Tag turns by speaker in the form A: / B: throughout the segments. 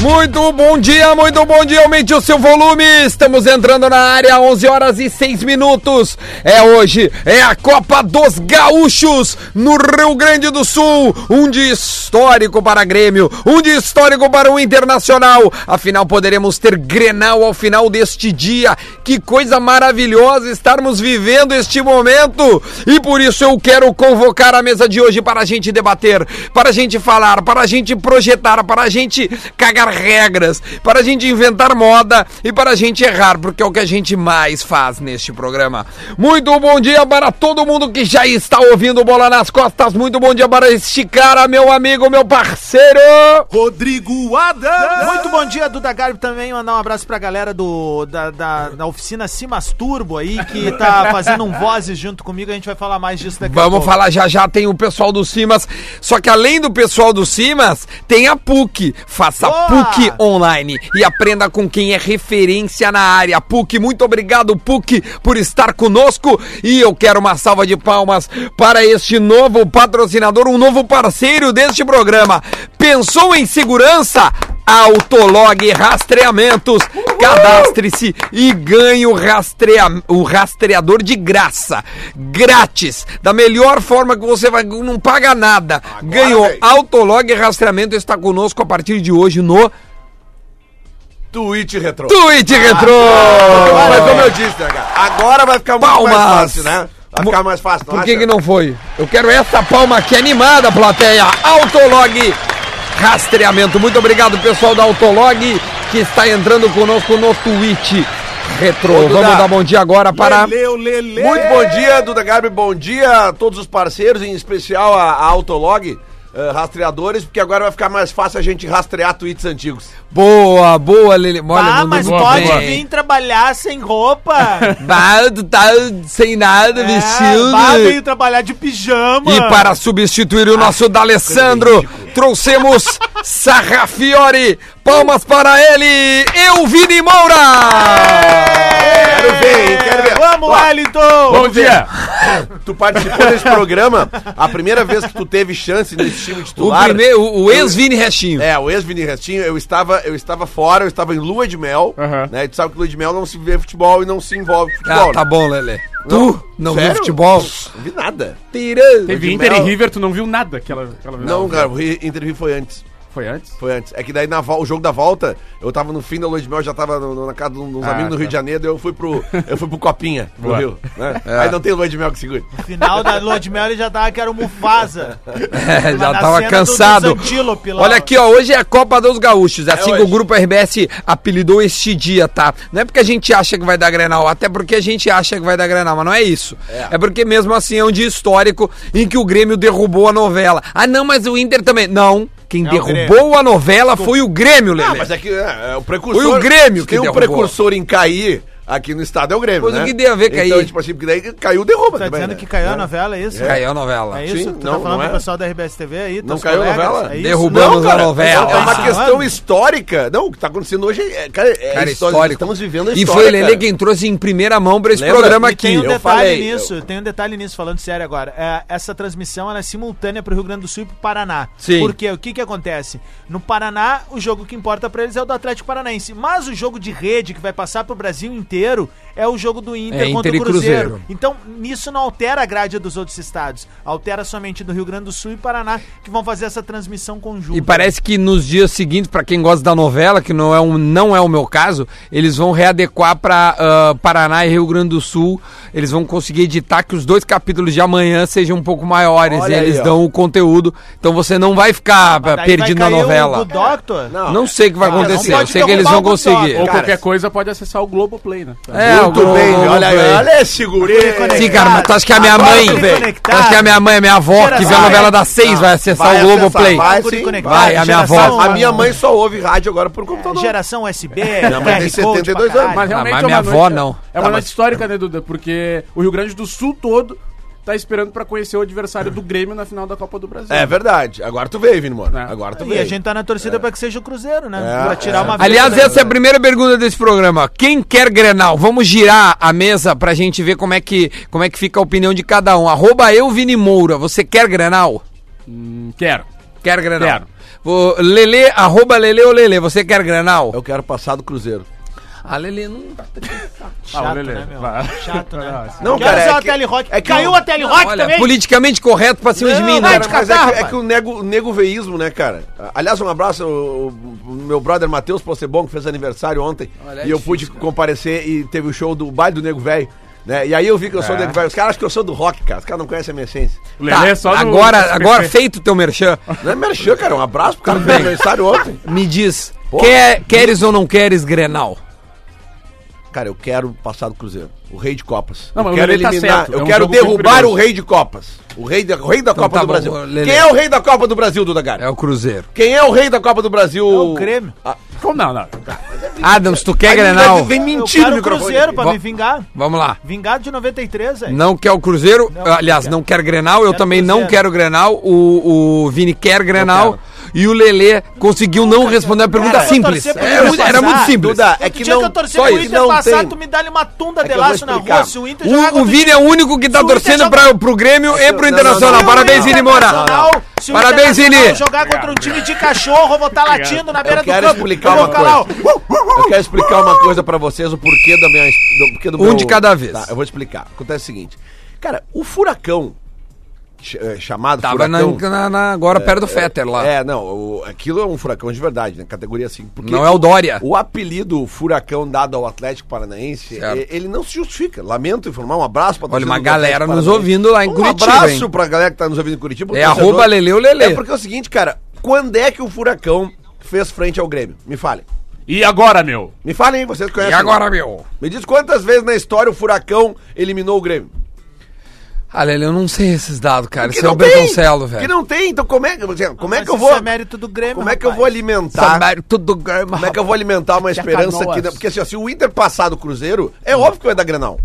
A: Muito bom dia, muito bom dia. Aumente o seu volume. Estamos entrando na área, 11 horas e 6 minutos. É hoje, é a Copa dos Gaúchos no Rio Grande do Sul. Um dia histórico para Grêmio, um dia histórico para o Internacional. Afinal, poderemos ter Grenal ao final deste dia. Que coisa maravilhosa estarmos vivendo este momento. E por isso eu quero convocar a mesa de hoje para a gente debater, para a gente falar, para a gente projetar, para a gente cagar regras, para a gente inventar moda e para a gente errar, porque é o que a gente mais faz neste programa. Muito bom dia para todo mundo que já está ouvindo Bola nas Costas. Muito bom dia para este cara, meu amigo, meu parceiro.
B: Rodrigo Adams.
C: Muito bom dia, Duda Garbi, também. Mandar um abraço pra galera do, da, da, da oficina Simas Turbo aí, que tá fazendo um vozes junto comigo. A gente vai falar mais disso daqui
A: Vamos falar já já, tem o pessoal do Simas. Só que além do pessoal do Simas, tem a PUC. Faça
C: Boa!
A: PUC online e aprenda com quem é referência na área. PUC, muito obrigado, PUC, por estar conosco. E eu quero uma salva de palmas para este novo patrocinador, um novo parceiro deste programa. Pensou em segurança? Autolog Rastreamentos. Cadastre-se e ganhe o, rastrea... o rastreador de graça. Grátis. Da melhor forma que você vai. Não paga nada. Ganhou.
B: velho.
A: Autolog Rastreamento está conosco a partir de hoje no
B: Twitch Retro.
A: Tweet Retro.
C: Ah,
B: Mas como eu disse, né, cara? Agora vai ficar muito
A: Palmas.
B: mais fácil, né? Vai ficar mais fácil,
A: Por que,
B: acha?
A: que não foi? Eu quero essa palma aqui animada, plateia. Autolog Rastreamento. Muito obrigado, pessoal da Autolog, que está entrando conosco no Twitch Retro.
B: Ô, Duda,
A: Vamos dar bom dia agora para.
B: Leleu, leleu. Muito bom dia, Duda Garbi. Bom dia a todos os parceiros, em especial a, a Autolog. eh, rastreadores, porque agora vai ficar mais fácil a gente rastrear tweets antigos.
A: Boa, boa, Lele. Olha,
C: Ah,
A: mandou
C: mas
A: muito
C: pode
A: um bem.
C: vir trabalhar sem roupa.
A: Bah, tu tá sem nada,
C: É, vá, veio
A: vestido.
C: trabalhar de pijama.
A: né? E para substituir o nosso D'Alessandro, trouxemos Sarrafiore. Palmas para ele, Elvini Moura!
B: Quero ver, hein? Quero ver.
C: É. Vamos,
B: Ó,
C: Wellington!
D: Bom dia!
B: Tu participou desse programa, a primeira vez que tu teve chance nesse time
A: O,
B: titular.
A: primeiro- o- o ex-Vini Restinho.
B: É, o ex-Vini Restinho, eu estava, eu estava fora, eu estava em lua de mel,
D: Aham.
B: né? E tu sabe que lua de mel não se vê futebol e não se envolve com futebol.
A: Ah, tá
B: né?
A: bom, Lele.
B: Não.
A: Tu não viu
B: Sério?
A: futebol?
B: Não vi nada.
A: Tirando.
D: Teve
B: de
D: Inter
B: Mel.
D: e River, tu não viu nada aquela, aquela vez.
B: Não, cara, o interview foi antes.
D: Foi antes?
B: Foi antes. É que daí na, vo- o jogo da volta, eu tava no fim da lua de mel, já tava no- no- na casa de uns
D: Ah,
B: amigos no
D: tá.
B: Rio de Janeiro, daí eu fui pro, eu fui pro Copinha, pro
D: Boa.
B: Rio. né? Aí não tem lua de mel que segure.
C: Final da Lua de Mel ele já tava que era o Mufasa.
A: É, já
C: Na
A: tava
C: cena Tá do-
A: cansado.
C: dos antílope lá,
A: Olha
C: ó.
A: aqui, ó, hoje é a Copa dos Gaúchos, assim que o
B: É hoje.
A: grupo RBS apelidou este dia, tá? Não é porque a gente acha que vai dar Grenal, até porque a gente acha que vai dar Grenal, mas não é isso. É, porque mesmo assim é um dia histórico em que o Grêmio derrubou a novela. Ah, não, mas o Inter também. Não, quem
C: É o
A: derrubou a novela foi o Grêmio, Lele.
B: Ah, mas é que é, é o precursor.
A: Foi o Grêmio
B: se
A: que
B: Tem um
A: derrubou.
B: precursor em cair aqui no estado, é o Grêmio.
A: Mas o
B: né?
A: que tem a ver cair?
B: Então, tipo assim, porque daí caiu, derruba.
C: Tá
B: também,
C: dizendo
B: né?
C: que caiu a
B: É.
C: novela, é isso?
A: Caiu a novela.
C: É isso?
B: Sim,
C: tu
B: não,
C: tá falando
B: não
C: pro
B: é.
C: pessoal da RBS TV aí?
B: Não
C: teus
B: caiu a
C: colegas?
B: novela?
C: É isso?
A: Derrubou.
B: Não,
A: Vamos à
B: cara,
A: novela.
B: É uma
C: Ah,
B: questão
C: é?
B: histórica. Não, o que tá acontecendo hoje é, cara, é
A: Cara,
B: histórico.
A: histórico.
B: Estamos vivendo a
A: E foi o
B: história,
A: Lele
B: cara.
A: quem trouxe assim, em primeira mão pra esse
B: Lembra?
A: programa
B: E
A: aqui.
B: tem
C: Tem um
B: Eu
C: detalhe
B: falei,
C: nisso, tem um detalhe nisso, falando sério agora. É, essa transmissão ela é simultânea para o Rio Grande do Sul e para o Paraná.
A: Sim.
C: Porque o que, que acontece? No Paraná, o jogo que importa para eles é o do Atlético Paranaense. Mas o jogo de rede que vai passar para o Brasil inteiro é o jogo do Inter
A: É,
C: contra
A: Inter e
C: o Cruzeiro.
A: Cruzeiro.
C: Então, nisso não altera a grade dos outros estados. Altera somente do Rio Grande do Sul e Paraná, que vão fazer essa transmissão conjunta.
A: E parece que nos dias seguintes, pra quem gosta da novela, que não é, um, não é o meu caso, eles vão readequar pra ah, Paraná e Rio Grande do Sul. Eles vão conseguir editar que os dois capítulos de amanhã sejam um pouco maiores.
B: Olha
A: e eles
B: aí, ó.
A: dão o conteúdo. Então você não vai ficar ah,
C: Daí vai
A: perdido na
C: cair o
A: novela.
C: do Doctor?
B: Não,
A: Não sei o que vai
B: Ah, não
A: acontecer. Eu
C: pode
A: sei que eles vão
C: derrubar o
A: conseguir.
D: Ou
B: Cara,
D: qualquer
B: se-
D: coisa pode acessar o Globoplay, né?
A: É,
B: Muito
A: o-
B: bem,
A: o- o-
B: olha aí.
A: o-
B: Olha esse guri.
A: Sim, cara, mas tu acha que a minha
C: Agora
A: mãe.
C: tem
A: Tu
C: conectado.
A: acha que a minha mãe, a minha avó, que vê a
B: Vai,
A: novela das seis, vai acessar
B: vai
A: o Globoplay?
B: acessar, vai.
C: Guri
B: sim,
C: conectado,
A: vai, a minha
C: geração-
A: avó.
B: A minha mãe só ouve rádio agora por computador.
C: Geração USB,
B: Não, mas
C: QR
B: tem
C: Code
B: 72
C: pra
B: anos.
C: caralho.
A: mas minha Ah, avó não.
D: É uma noite histórica, né, Duda? Porque o Rio Grande do Sul todo tá esperando pra conhecer o adversário do Grêmio na final da Copa do Brasil.
B: É verdade. Agora tu veio, Vini, mano.
D: É.
B: Agora tu
C: E
B: veio.
C: a gente tá na torcida pra que seja o Cruzeiro, né?
B: É,
C: pra tirar
B: é.
C: uma
A: Aliás,
C: vida, né?
A: essa é a primeira pergunta desse programa. Quem quer Grenal? Vamos girar a mesa pra gente ver como é que, como é que fica a opinião de cada um. Arroba eu, Vini Moura. Você quer Grenal?
D: Hum, quero.
A: Quer Grenal?
D: Quero.
A: Vou- Lele, arroba Lele ou Lele, você quer Grenal?
B: Eu quero passar do Cruzeiro.
A: Ah, Lele não...
D: Ah, o
C: Chato,
D: Lelê,
C: né, meu?
D: vai.
C: Chato, né?
B: Não,
C: Que
B: cara,
C: horas
B: é
C: é a
B: que-
C: Telerock?
B: é que
C: Caiu
B: eu-
C: a Telerock
A: Olha,
C: também?
A: politicamente correto pra cima de mim, né?
C: vai
B: Cara,
C: te
B: mas é
C: catar,
B: que, é
C: rapaz.
B: que o nego, negoveísmo, né, cara? Ah, Aliás, um abraço ao, ao meu brother Matheus Possebon, que fez aniversário ontem.
A: Olha, é
B: e eu
A: difícil,
B: pude
A: cara.
B: comparecer e teve o show do baile do Nego Velho. Né? E aí eu vi que eu sou o Nego Velho. Os caras acham que eu sou do rock, cara. Os caras não conhecem a minha essência.
D: O
A: Tá,
D: Lelê é só do-
A: agora,
D: do
A: agora
D: PP.
A: feito o teu merchan,
B: Não é merchan, cara. Um abraço pro cara que fez aniversário ontem.
A: me diz,
B: Pô.
A: quer- queres ou não queres Grenal?
B: Cara, eu quero passar do Cruzeiro. O rei de Copas.
D: Não, mas
B: eu
D: o
B: quero
D: Lelê tá
B: eliminar.
D: certo,
B: eu
D: é um
B: quero
D: jogo muito
B: derrubar
D: perigoso.
B: o rei de Copas. O rei da, o rei da
A: Então
B: Copa
A: tá
B: do
A: bom,
B: Brasil.
A: Lelê.
B: Quem é o rei da Copa do Brasil, Duda Gara?
A: É o Cruzeiro.
B: Quem é o rei da Copa do Brasil?
C: É o Grêmio.
B: Ah,
D: Como não, não?
A: Adams, tu quer
B: aí
A: É Grenal?
B: vem- Vem
C: Eu
B: mentindo
C: quero
B: no
C: o
B: microfone.
C: Cruzeiro pra
A: Vo-
C: me vingar.
A: Vamos lá.
C: Vingado de 93, velho.
A: Não quer o Cruzeiro, eh, aliás, não quer Grenal, eu
C: Quero
A: também não
C: Cruzeiro.
A: quero Grenal, o, o Vini quer Grenal e o Lelê conseguiu não responder a pergunta
C: Cara, eu
A: simples.
C: torcia pro
A: É
C: Inter
A: muito- era
C: passar.
A: muito simples.
B: Duda, é
C: Outro
B: que
C: dia
B: não,
C: que eu torci
B: só
C: pro
B: isso,
C: Inter
B: não
C: passar,
B: tem.
C: tu me dá-lhe uma tunda
B: que
C: de
B: eu vou
C: laço na
B: explicar.
C: rua. Se o Inter jogar
A: O, o
C: contra
A: Vini é o único que tá
C: Se o
A: torcendo
C: Inter
A: pra, pro Grêmio e pro
B: não,
A: Internacional.
B: não, não,
A: Parabéns, Vini Moura.
B: Não, não.
C: Se o
A: Parabéns,
C: Internacional
A: Vini.
C: jogar contra um time de cachorro, eu vou estar latindo na beira do
B: Eu quero
C: campo.
B: explicar
C: Eu vou "Uh,
B: uma
C: ficar lá,
B: coisa. Eu quero explicar uma coisa pra vocês, o porquê da minha. Do, porquê do
A: Um de cada vez.
B: Tá, eu vou explicar. Acontece o seguinte. Cara, o furacão, ch- eh, chamado
A: Tava na,
B: furacão...
A: na- na- agora perto do Fetter lá.
B: É, não, o- aquilo é um furacão de verdade, né? Categoria 5. porque
A: Não é o Dória.
B: O apelido furacão dado ao Atlético Paranaense,
A: Certo.
B: e- ele não se justifica. Lamento informar, um abraço pra
A: Olha,
B: torcida
A: uma
B: do
A: galera
B: Atlético
A: nos
B: Paranaense.
A: ouvindo lá em
B: um
A: Curitiba,
B: abraço
A: hein?
B: pra galera que tá nos ouvindo em Curitiba.
A: É
B: o torcedor-
A: arroba Leleu Lelê.
B: É porque é o seguinte, cara, quando é que o furacão fez frente ao Grêmio? Me falem.
D: E agora, meu?
B: Me falem, vocês conhecem.
A: E agora, meu?
B: Me diz quantas vezes na história o furacão eliminou o Grêmio.
A: Ah, Lelê, eu não sei esses dados, cara.
B: Que
A: Isso é o
B: não tem,
A: Bertoncello,
B: Que
A: velho.
B: não tem, então como é, que- assim, como é
C: Mas
B: que eu
C: isso
B: vou...
C: é mérito do Grêmio,
B: como é que eu
C: rapaz.
B: vou alimentar...
A: Samário, tudo Tá Grêmio.
B: Como é que eu vou alimentar uma esperança
D: Canoas.
B: que. não- Porque assim, ó, se o Inter passar do Cruzeiro, é óbvio que vai dar Grenal.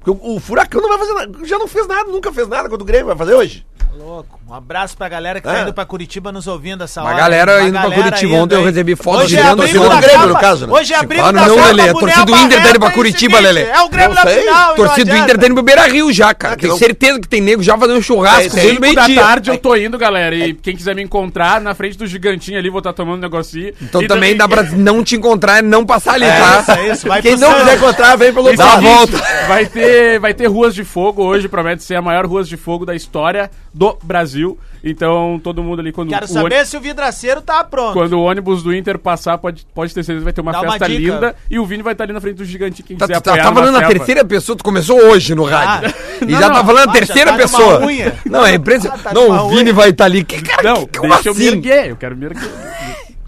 B: Porque o, o Furacão não vai fazer nada. Já não fez nada, nunca fez nada quando o Grêmio vai fazer hoje.
C: Louco. Um abraço pra galera que tá
B: É.
C: indo pra Curitiba nos ouvindo essa
A: Uma
C: hora.
A: galera indo pra
C: galera
A: Curitiba. Ontem eu
C: hein?
A: recebi foto
C: Hoje é
A: girando
C: abrigo
A: assim,
C: da
A: do Grêmio,
C: Copa.
B: no caso, né?
C: Hoje é abrigo
A: Claro,
C: da
A: não,
C: Copa,
A: Lelê, é
C: Bunel
A: torcida do Inter
C: Barreto,
A: tá indo pra
C: é o
A: Curitiba,
C: seguinte,
A: Lelê.
C: É o Grêmio
B: Não
C: da
B: sei.
C: final. e não
A: Torcida do
C: adianta.
A: Inter tá indo pro Beira Rio já, cara.
B: Ah, que
A: Tenho
B: não-
A: certeza que tem nego já fazendo um churrasco
B: É,
A: dele
B: cinco
A: meio
D: Cinco da
A: dia. É.
D: tarde eu tô indo, galera. E quem quiser me encontrar, na frente do gigantinho ali, vou estar tomando um negocinho.
A: Então
D: E
A: também dá pra não te encontrar e não passar ali, tá?
C: isso, é isso. Vai
A: Quem
C: pro
A: não
C: Santos.
A: quiser encontrar, vem pelo Dá a
D: Seguinte,
A: volta.
D: Vai ter, vai ter ruas de fogo hoje, promete ser a maior ruas de fogo da história do Brasil. Então, todo mundo ali, quando,
C: Quero
D: o, ônibus,
C: saber se o vidraceiro tá pronto.
D: quando o ônibus do Inter passar, pode, pode ter certeza que vai ter uma
C: Dá uma
D: festa
C: dica.
D: linda. E o Vini vai estar ali na frente do gigante, quem
A: Tá,
D: quiser
A: tu tá,
D: apoiar
A: tá
D: numa
A: falando na
D: selva.
A: terceira pessoa, tu começou hoje no rádio.
C: Ah.
A: e já tá falando na
C: Ah, já
A: terceira
C: tá numa
A: pessoa.
C: unha.
A: Não, é empresa.
C: Ah, tá
A: não,
C: numa
A: o Vini
C: unha.
A: vai estar ali. Que, cara,
D: Não,
A: que, como
D: deixa eu me
A: assim?
D: erguer, eu quero me erguer.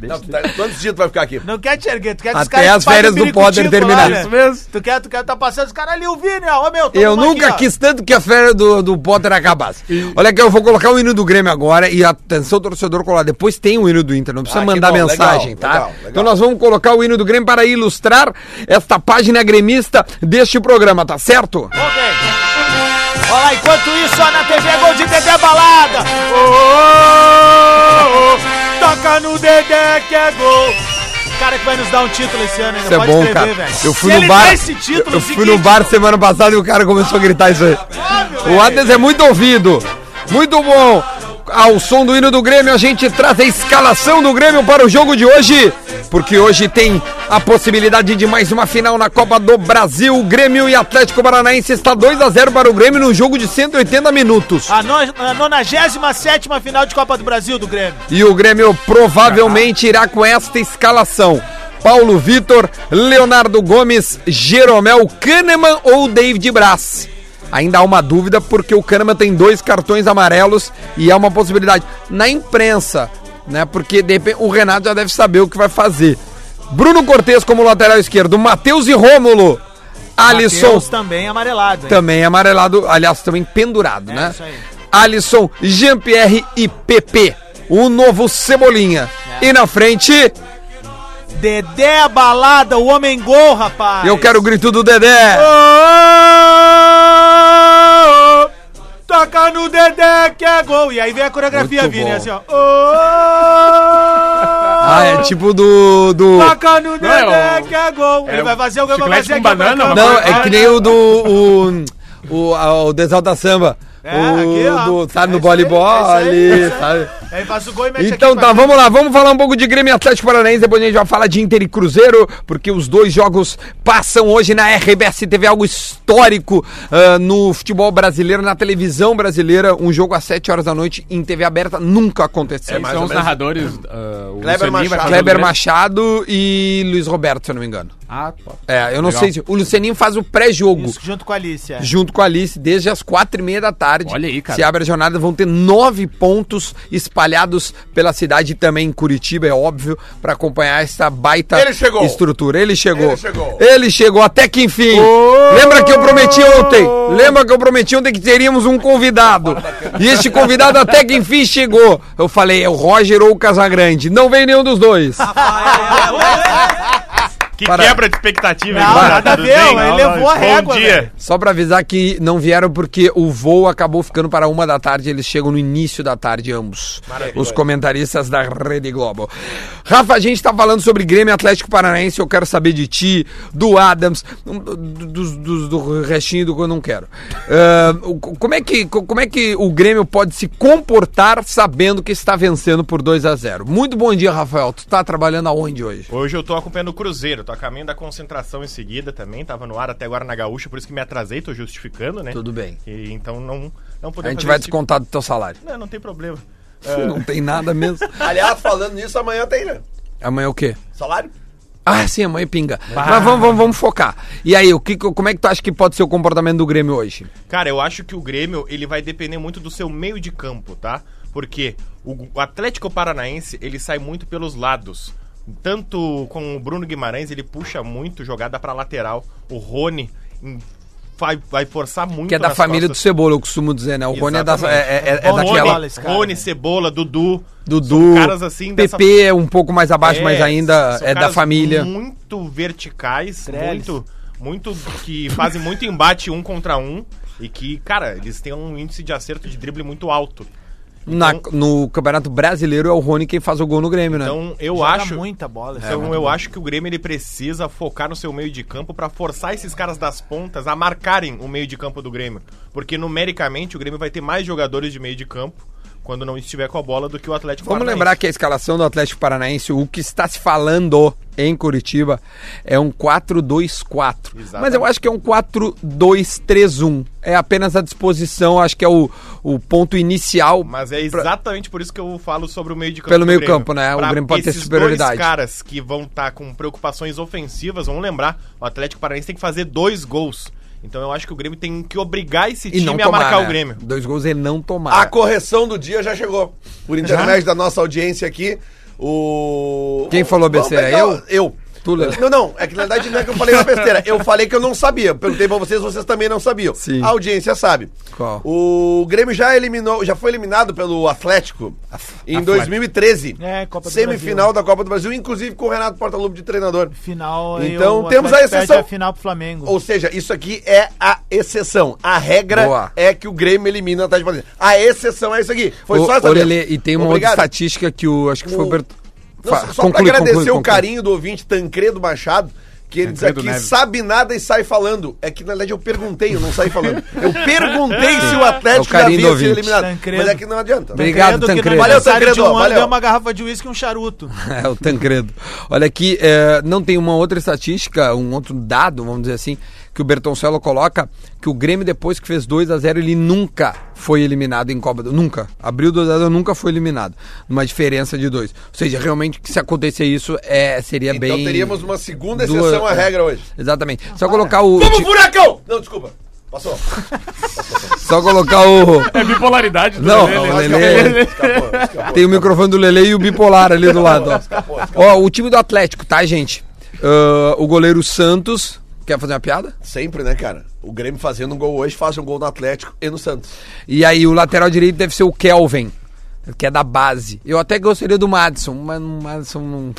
B: Não, tu tá- quantos dias tu vai ficar aqui?
C: Não quer te erguer, tu quer que
A: Até as férias do Potter terminar.
C: terminarem.
D: Isso mesmo.
C: né? Tu quer, tu quer tá passando os caras ali, o Vini, ó, ô meu. toma
A: Eu
C: uma
A: nunca
C: aqui, ó.
A: quis tanto que a férias do, do Potter acabasse. Olha que eu vou colocar o hino do Grêmio agora e atenção torcedor colar. Depois tem o hino do Inter, não precisa
B: Ah, que
A: mandar
B: bom,
A: mensagem,
B: legal,
A: tá?
B: legal, legal.
A: Então nós vamos colocar o hino do Grêmio para ilustrar esta página gremista deste programa, tá certo?
C: Ok. Olha lá, enquanto isso, ó, na TV Gol de Dedé Balada. Ô, ô, ô, ô, toca no Dedé que é gol. O cara que vai nos dar um título esse ano ainda
A: Isso é bom,
C: escrever,
A: cara.
C: velho.
A: Eu fui
C: Se
A: no
C: ele
A: bar.
C: der esse título,
A: eu eu fui no
C: seguinte,
A: bar semana passada e o cara começou a gritar isso aí. O Adams é muito ouvido. Muito bom. Ao som do hino do Grêmio, a gente traz a escalação do Grêmio para o jogo de hoje, porque hoje tem a possibilidade de mais uma final na Copa do Brasil. Grêmio e Atlético Paranaense está 2 a 0 para o Grêmio no jogo de 180 minutos.
C: A, no, a 97 final de Copa do Brasil do Grêmio.
A: E o Grêmio provavelmente irá com esta escalação. Paulo Vitor, Leonardo Gomes, Jeromel Kahneman ou David Braz. Ainda há uma dúvida porque o Kahneman tem dois cartões amarelos e é uma possibilidade. Na imprensa, né? Porque de repente o Renato já deve saber o que vai fazer. Bruno Cortes como lateral esquerdo, Matheus e Rômulo. Alisson
C: Matheus também amarelado, hein? É
A: também amarelado, aliás, também pendurado, né?
C: isso aí.
A: Alisson, Jean-Pierre e PP. O novo Cebolinha. E na frente,
C: Dedé Balada, o homem gol, rapaz. Oh!
A: eu quero o grito do Dedé.
C: Ô, ô, ô, ô, Oh, Toca no Dedé que é gol. E aí vem a coreografia,
A: Muito
C: Vini,
A: bom.
C: assim, ó. Oh,
A: Ah, é tipo do. do...
C: Toca no Dedé
D: é o-
C: que é gol.
D: é
C: Ele
D: o
C: vai fazer o gol, vai
D: chiclete
C: fazer
D: com
C: aqui, vai
D: banana,
C: acabar.
A: Não, é que nem o do. O, o, a- o Desalta Samba.
C: É,
A: o,
C: aqui, ó.
A: do, sabe,
C: É
A: no
C: isso aí,
A: voleibol
C: é isso aí, é
A: ali,
C: isso aí.
A: sabe?
C: Aí faz o gol e mete
A: Então
C: aqui
A: tá,
C: pra-
A: vamos lá, vamos falar um pouco de Grêmio e Atlético Paranaense, depois a gente vai falar de Inter e Cruzeiro, porque os dois jogos passam hoje na RBS TV, algo histórico ah, no futebol brasileiro, na televisão brasileira, um jogo às 7 horas da noite em TV aberta nunca aconteceu. Então,
B: mais
D: São
B: ou
D: os
B: menos.
D: narradores. ah, o
B: Kleber
D: Lucianinho vai
B: Machado.
D: fazer o
A: Kleber
D: Grêmio.
A: Machado e Luiz Roberto, se eu não me engano.
D: Ah, top.
A: É, eu não
D: Legal.
A: sei se. O Lucianinho faz o pré-jogo.
C: Isso, junto com a Alice. é.
A: junto com a Alice desde as quatro e meia da tarde.
D: Olha aí, cara.
A: Se abre a jornada, vão ter nove pontos espalhados pela cidade e também em Curitiba, é óbvio, pra acompanhar essa baita
B: Ele chegou.
A: estrutura. Ele chegou.
B: Ele chegou.
A: Ele chegou até que enfim. Lembra que eu prometi ontem? Lembra que eu prometi ontem que teríamos um convidado. E este convidado até que enfim chegou. Eu falei, é o Roger ou o Casagrande. Não veio nenhum dos dois.
B: Ah,
C: Ah, é,
E: Que
A: Para.
E: quebra de expectativa,
C: Não,
E: cara,
C: nada a
E: tudo
C: ver,
E: bem?
C: ele levou a régua,
E: Bom dia.
C: velho.
A: Só pra avisar que não vieram porque o voo acabou ficando para uma da tarde. Eles chegam no início da tarde, ambos. Os comentaristas da Rede Globo. Rafa, a gente tá falando sobre Grêmio e Atlético Paranaense. Eu quero saber de ti, do Adams, um, do, do, do- do restinho do que eu não quero. Ah, o- como, é que, co- como é que o Grêmio pode se comportar sabendo que está vencendo por 2 a 0 Muito bom dia, Rafael. Tu tá trabalhando aonde hoje?
E: Hoje eu tô acompanhando o Cruzeiro, tô a caminho da concentração em seguida também, tava no ar até agora na Gaúcha, por isso que me atrasei, tô justificando, né?
A: Tudo bem.
E: E, então não, não
A: A
E: podemos
A: gente
E: fazer
A: vai
E: esse
A: descontar do teu salário.
E: Tipo... Não, não tem problema.
A: Não tem nada mesmo.
B: Aliás, falando nisso, amanhã tem, né?
A: Amanhã o quê?
B: Salário?
A: Ah, sim, a mãe pinga. Mas vamos, vamos, vamos focar. E aí, o que, como é que tu acha que pode ser o comportamento do Grêmio hoje?
E: Cara, eu acho que o Grêmio, ele vai depender muito do seu meio de campo, tá? Porque o o Atlético Paranaense, ele sai muito pelos lados. Tanto com o Bruno Guimarães, ele puxa muito jogada pra lateral. O Rony em- vai, vai forçar muito
A: Que é da
E: nas
A: família
E: costas.
A: do Cebola, eu costumo dizer, né? O Rony é, da,
E: Exatamente.
A: é, é- é
C: Bom
A: daquela.
C: Rony.
E: Rony, Rony, Cebola, Dudu.
A: Dudu,
E: caras assim dessa-
A: PP é um pouco mais abaixo, mas
E: É,
A: ainda
E: são
A: é da
E: caras
A: família.
E: Muito verticais,
C: Trellis.
E: muito, muito que fazem muito embate um contra um e que, cara, eles têm um índice de acerto de drible muito alto.
A: Na- no Campeonato Brasileiro é o Rony quem faz o gol no Grêmio, né?
E: Então eu
C: Joga
E: acho,
C: muita bola. esse
E: então
C: cara.
E: eu acho que o Grêmio ele precisa focar no seu meio de campo pra forçar esses caras das pontas a marcarem o meio de campo do Grêmio, porque numericamente o Grêmio vai ter mais jogadores de meio de campo quando não estiver com a bola do que o Atlético
A: Vamos
E: Paranaense.
A: lembrar que a escalação do Atlético Paranaense, o que está se falando em Curitiba, é um 4-2-4. Mas eu acho que é um 4-2-3-1. É apenas a disposição, acho que é o, o ponto inicial.
E: Mas é
A: pra-
E: exatamente por isso que eu falo sobre o meio de campo.
A: Pelo
E: do
A: meio
E: Grêmio.
A: campo, né? O
E: Pra
A: Grêmio pode ter
E: esses
A: superioridade.
E: dois caras que vão estar com preocupações ofensivas, vamos lembrar, o Atlético Paranaense tem que fazer dois gols. Então eu acho que o Grêmio tem que obrigar esse
A: E
E: time
A: não
E: a
A: tomar,
E: marcar
A: né?
E: o Grêmio. Ah,
A: Dois gols e não
B: A
A: tomar.
B: correção do dia já chegou. Por intermédio da nossa audiência aqui, o.
A: Quem falou
B: Vamos
A: besteira?
B: pegar o-
A: Eu?
B: Eu.
A: Tu, Lele?
B: Não, não, é que na verdade não é que eu falei uma besteira. Eu falei que eu não sabia. Eu Perguntei pra vocês, vocês também não sabiam.
A: Sim.
B: A audiência sabe.
A: Qual?
B: O Grêmio já eliminou, já foi eliminado pelo Atlético em 2013.
C: É, Copa do
B: Semifinal da Copa do Brasil, inclusive com o Renato Portaluppi de treinador.
C: Final e
B: Então,
C: o
B: temos a
C: Atlético perde
B: exceção.
C: a final pro Flamengo.
B: Ou seja, isso aqui é a exceção. A regra
A: Boa.
B: é que o Grêmio elimina o Atlético Paranaense. A exceção é isso aqui. Foi
A: Ô,
B: só essa
A: ô,
B: mesmo.
A: Lelê, E tem uma
B: Obrigado.
A: outra estatística que o. Acho que foi o.
B: O-
A: Berto-
B: Não,
A: Fa-
B: só só
A: conclui,
B: pra agradecer
A: conclui,
B: o
A: conclui.
B: carinho do ouvinte Tancredo Machado, que ele
D: Tancredo
B: diz aqui,
D: Neves.
B: sabe nada e sai falando. É que, na verdade, eu perguntei, eu não saí falando. Eu perguntei se o Atlético
A: É o carinho do
B: sido
A: ouvinte.
B: eliminado.
C: Tancredo.
B: Mas é que não adianta. né?
A: Obrigado,
C: Tancredo, que
A: Tancredo.
C: no
A: Valeu,
C: aniversário de
B: Tancredo,
C: um ano
B: valeu.
C: deu uma garrafa de uísque e um charuto.
A: É, o Tancredo. Olha aqui, é, não tem uma outra estatística, um outro dado, vamos dizer assim, que o Bertoncello coloca que o Grêmio, depois que fez 2 a 0 ele nunca foi eliminado em Copa do Nunca. Abriu 2 a 0 nunca foi eliminado. Uma diferença de dois. Ou seja, realmente, que se acontecer isso, é, seria bem...
B: Então teríamos uma segunda
A: duas- é.
B: exceção à regra hoje.
A: Exatamente. Só colocar o...
B: Vamos, furacão! Não, desculpa. Passou.
A: Só colocar o...
D: É bipolaridade do
A: Não,
D: Lelê,
A: o
D: né?
A: Lelê...
B: Escapou, escapou.
A: Tem um- o microfone do Lele e o bipolar ali do lado. ó. Ó, o time do Atlético, tá, gente? Ah, o goleiro Santos. Quer fazer uma piada?
B: Sempre, né, cara? O Grêmio fazendo um gol hoje, faz um gol no Atlético e no Santos.
A: E aí o lateral direito deve ser o Kelvin, que é da base. Eu até gostaria do Madison, mas o Madison não.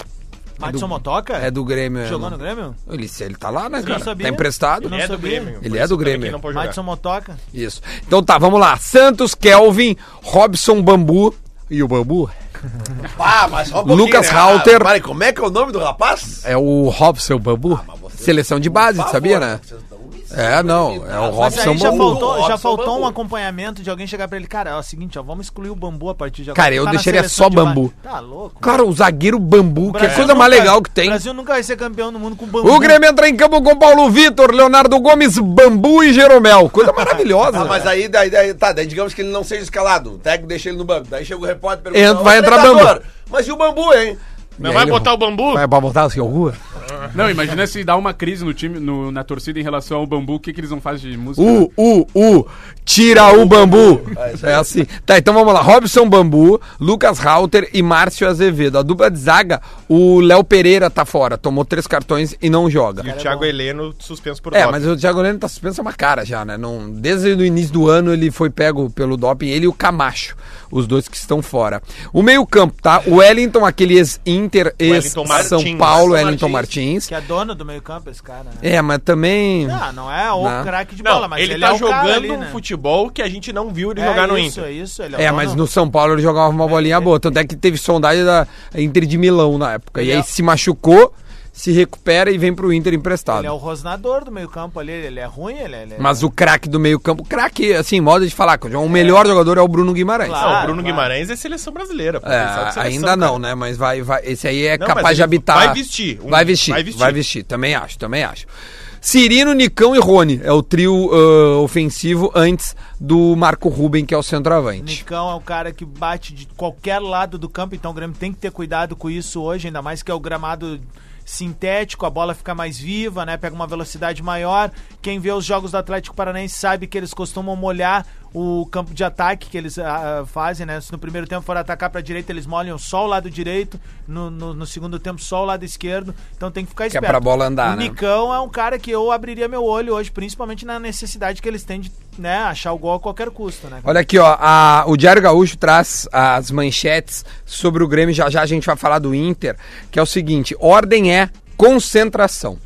C: Madison Motoca?
A: É do Grêmio. é,
C: Jogou
A: não.
C: no Grêmio?
A: Ele, ele tá lá, né, cara?
C: sabia.
A: Tá emprestado.
C: Eu não
E: é do
C: sabia.
E: Grêmio.
A: Ele
E: por
A: é
E: isso
A: do
E: também
A: Grêmio.
E: que não pode jogar.
C: Madison Motoca?
A: Isso. Então tá, vamos lá. Santos, Kelvin, Robson Bambu. E o Bambu?
B: Ah, mas só um pouquinho,
A: Lucas Halter.
B: Ah, pare, como é que é o nome do rapaz?
A: É o Robson Bambu. Seleção de base,
B: Por
A: sabia,
B: favor,
A: né?
B: vocês dão isso.
A: É, não. É o
C: Mas
A: Robson
C: aí já
A: Bambu.
C: faltou, já
B: Robson
C: faltou
B: Bambu.
C: um acompanhamento de alguém chegar pra ele, cara, é o seguinte, ó, vamos excluir o bambu a partir de agora.
A: Cara, eu
C: na
A: deixaria
C: seleção
A: só
C: de base."
A: Bambu.
C: Tá louco.
A: Cara, o zagueiro Bambu, que é a
C: Brasil
A: coisa mais
C: nunca-
A: legal que tem.
C: O Brasil nunca vai ser campeão do mundo com bambu. né?
A: O Grêmio entra em campo com Paulo Vitor, Leonardo Gomes, Bambu e Jeromel. Coisa maravilhosa.
B: Ah, mas aí, daí, daí, tá, daí digamos que ele não seja escalado. O técnico deixa ele no banco. Daí chega o repórter e
A: Entra- vai
B: "Ô,
A: entrar
B: treinador, Mas e o bambu, hein?
E: Não
A: E
E: vai
A: aí,
E: botar o bambu?
A: Vai pra botar assim, alguma?
D: Não, imagina se dá uma crise no time, no- na torcida em relação ao bambu, o que, que eles vão fazer de música?
A: U, U, U, tira o bambu. É assim. Tá, então vamos lá. Robson Bambu, Lucas Rauter e Márcio Azevedo. A dupla de zaga, o Léo Pereira tá fora. Tomou três cartões e não joga.
E: E o Thiago Heleno suspenso por
A: É,
E: doping.
A: mas o Thiago Leno tá suspenso uma cara já, né? Não, desde o início do ano ele foi pego pelo doping, ele e o Camacho, os dois que estão fora. O meio-campo, tá? O Wellington, aquele ex-Inter, ex-São
E: Wellington Martins.
A: Paulo,
B: Wellington
A: Wellington Martins.
B: Martins.
C: Que é dono do meio campo esse cara, né?
A: É, mas também.
C: Não, não é o
A: Não.
C: craque de
E: Não,
C: bola, mas
E: ele,
C: ele,
E: tá
C: é o cara
E: jogando
C: ali,
E: um
C: né?
E: futebol que a gente não viu ele
C: É
E: jogar no
C: isso,
E: Inter.
C: É isso, ele
E: Então,
A: É,
C: o
A: mas
C: dono.
A: no São Paulo ele jogava uma bolinha boa. Tanto é que teve sondagem da Inter de Milão na época. E
C: Ele
A: aí
C: é-
A: se machucou, se recupera e vem pro Inter emprestado.
C: Ele é o rosnador do meio campo ali, ele é ruim, ele é... ele é-
A: Mas o craque do meio-campo, craque, assim, modo de falar, que o melhor jogador é o Bruno Guimarães.
C: Claro.
E: Não, o Bruno
C: claro.
E: Guimarães é seleção brasileira. pô,
A: Ah, É,
E: ele sabe seleção,
A: ainda
E: cara.
A: não, né? Mas vai, vai, esse aí é
E: Não, mas
A: capaz de
E: ele
A: habitar.
E: vai vestir, um-
A: vai vestir. Vai
E: vai
A: vestir.
E: vestir.
A: Também acho, também acho. Cirino, Nicão e Rony é o trio ah, ofensivo antes do Marco Ruben, que é o centroavante.
C: Nicão é um cara que bate de qualquer lado do campo, então o Grêmio tem que ter cuidado com isso hoje, ainda mais que é o gramado sintético, a bola fica mais viva, né? Pega uma velocidade maior. Quem vê os jogos do Atlético Paranaense sabe que eles costumam molhar o campo de ataque que eles ah, ah, fazem, né? Se no primeiro tempo for atacar pra direita, eles molham só o lado direito, no, no- no segundo tempo só o lado esquerdo, então tem que ficar
A: Que é
C: esperto.
A: pra bola andar,
C: o
A: né?
C: Nicão é um cara que eu abriria meu olho hoje, principalmente na necessidade que eles têm de, né, achar o gol a qualquer custo, né?
A: Olha aqui, ó. a- o Diário Gaúcho traz as manchetes sobre o Grêmio. Já já a gente vai falar do Inter, que é o seguinte: ordem é concentração.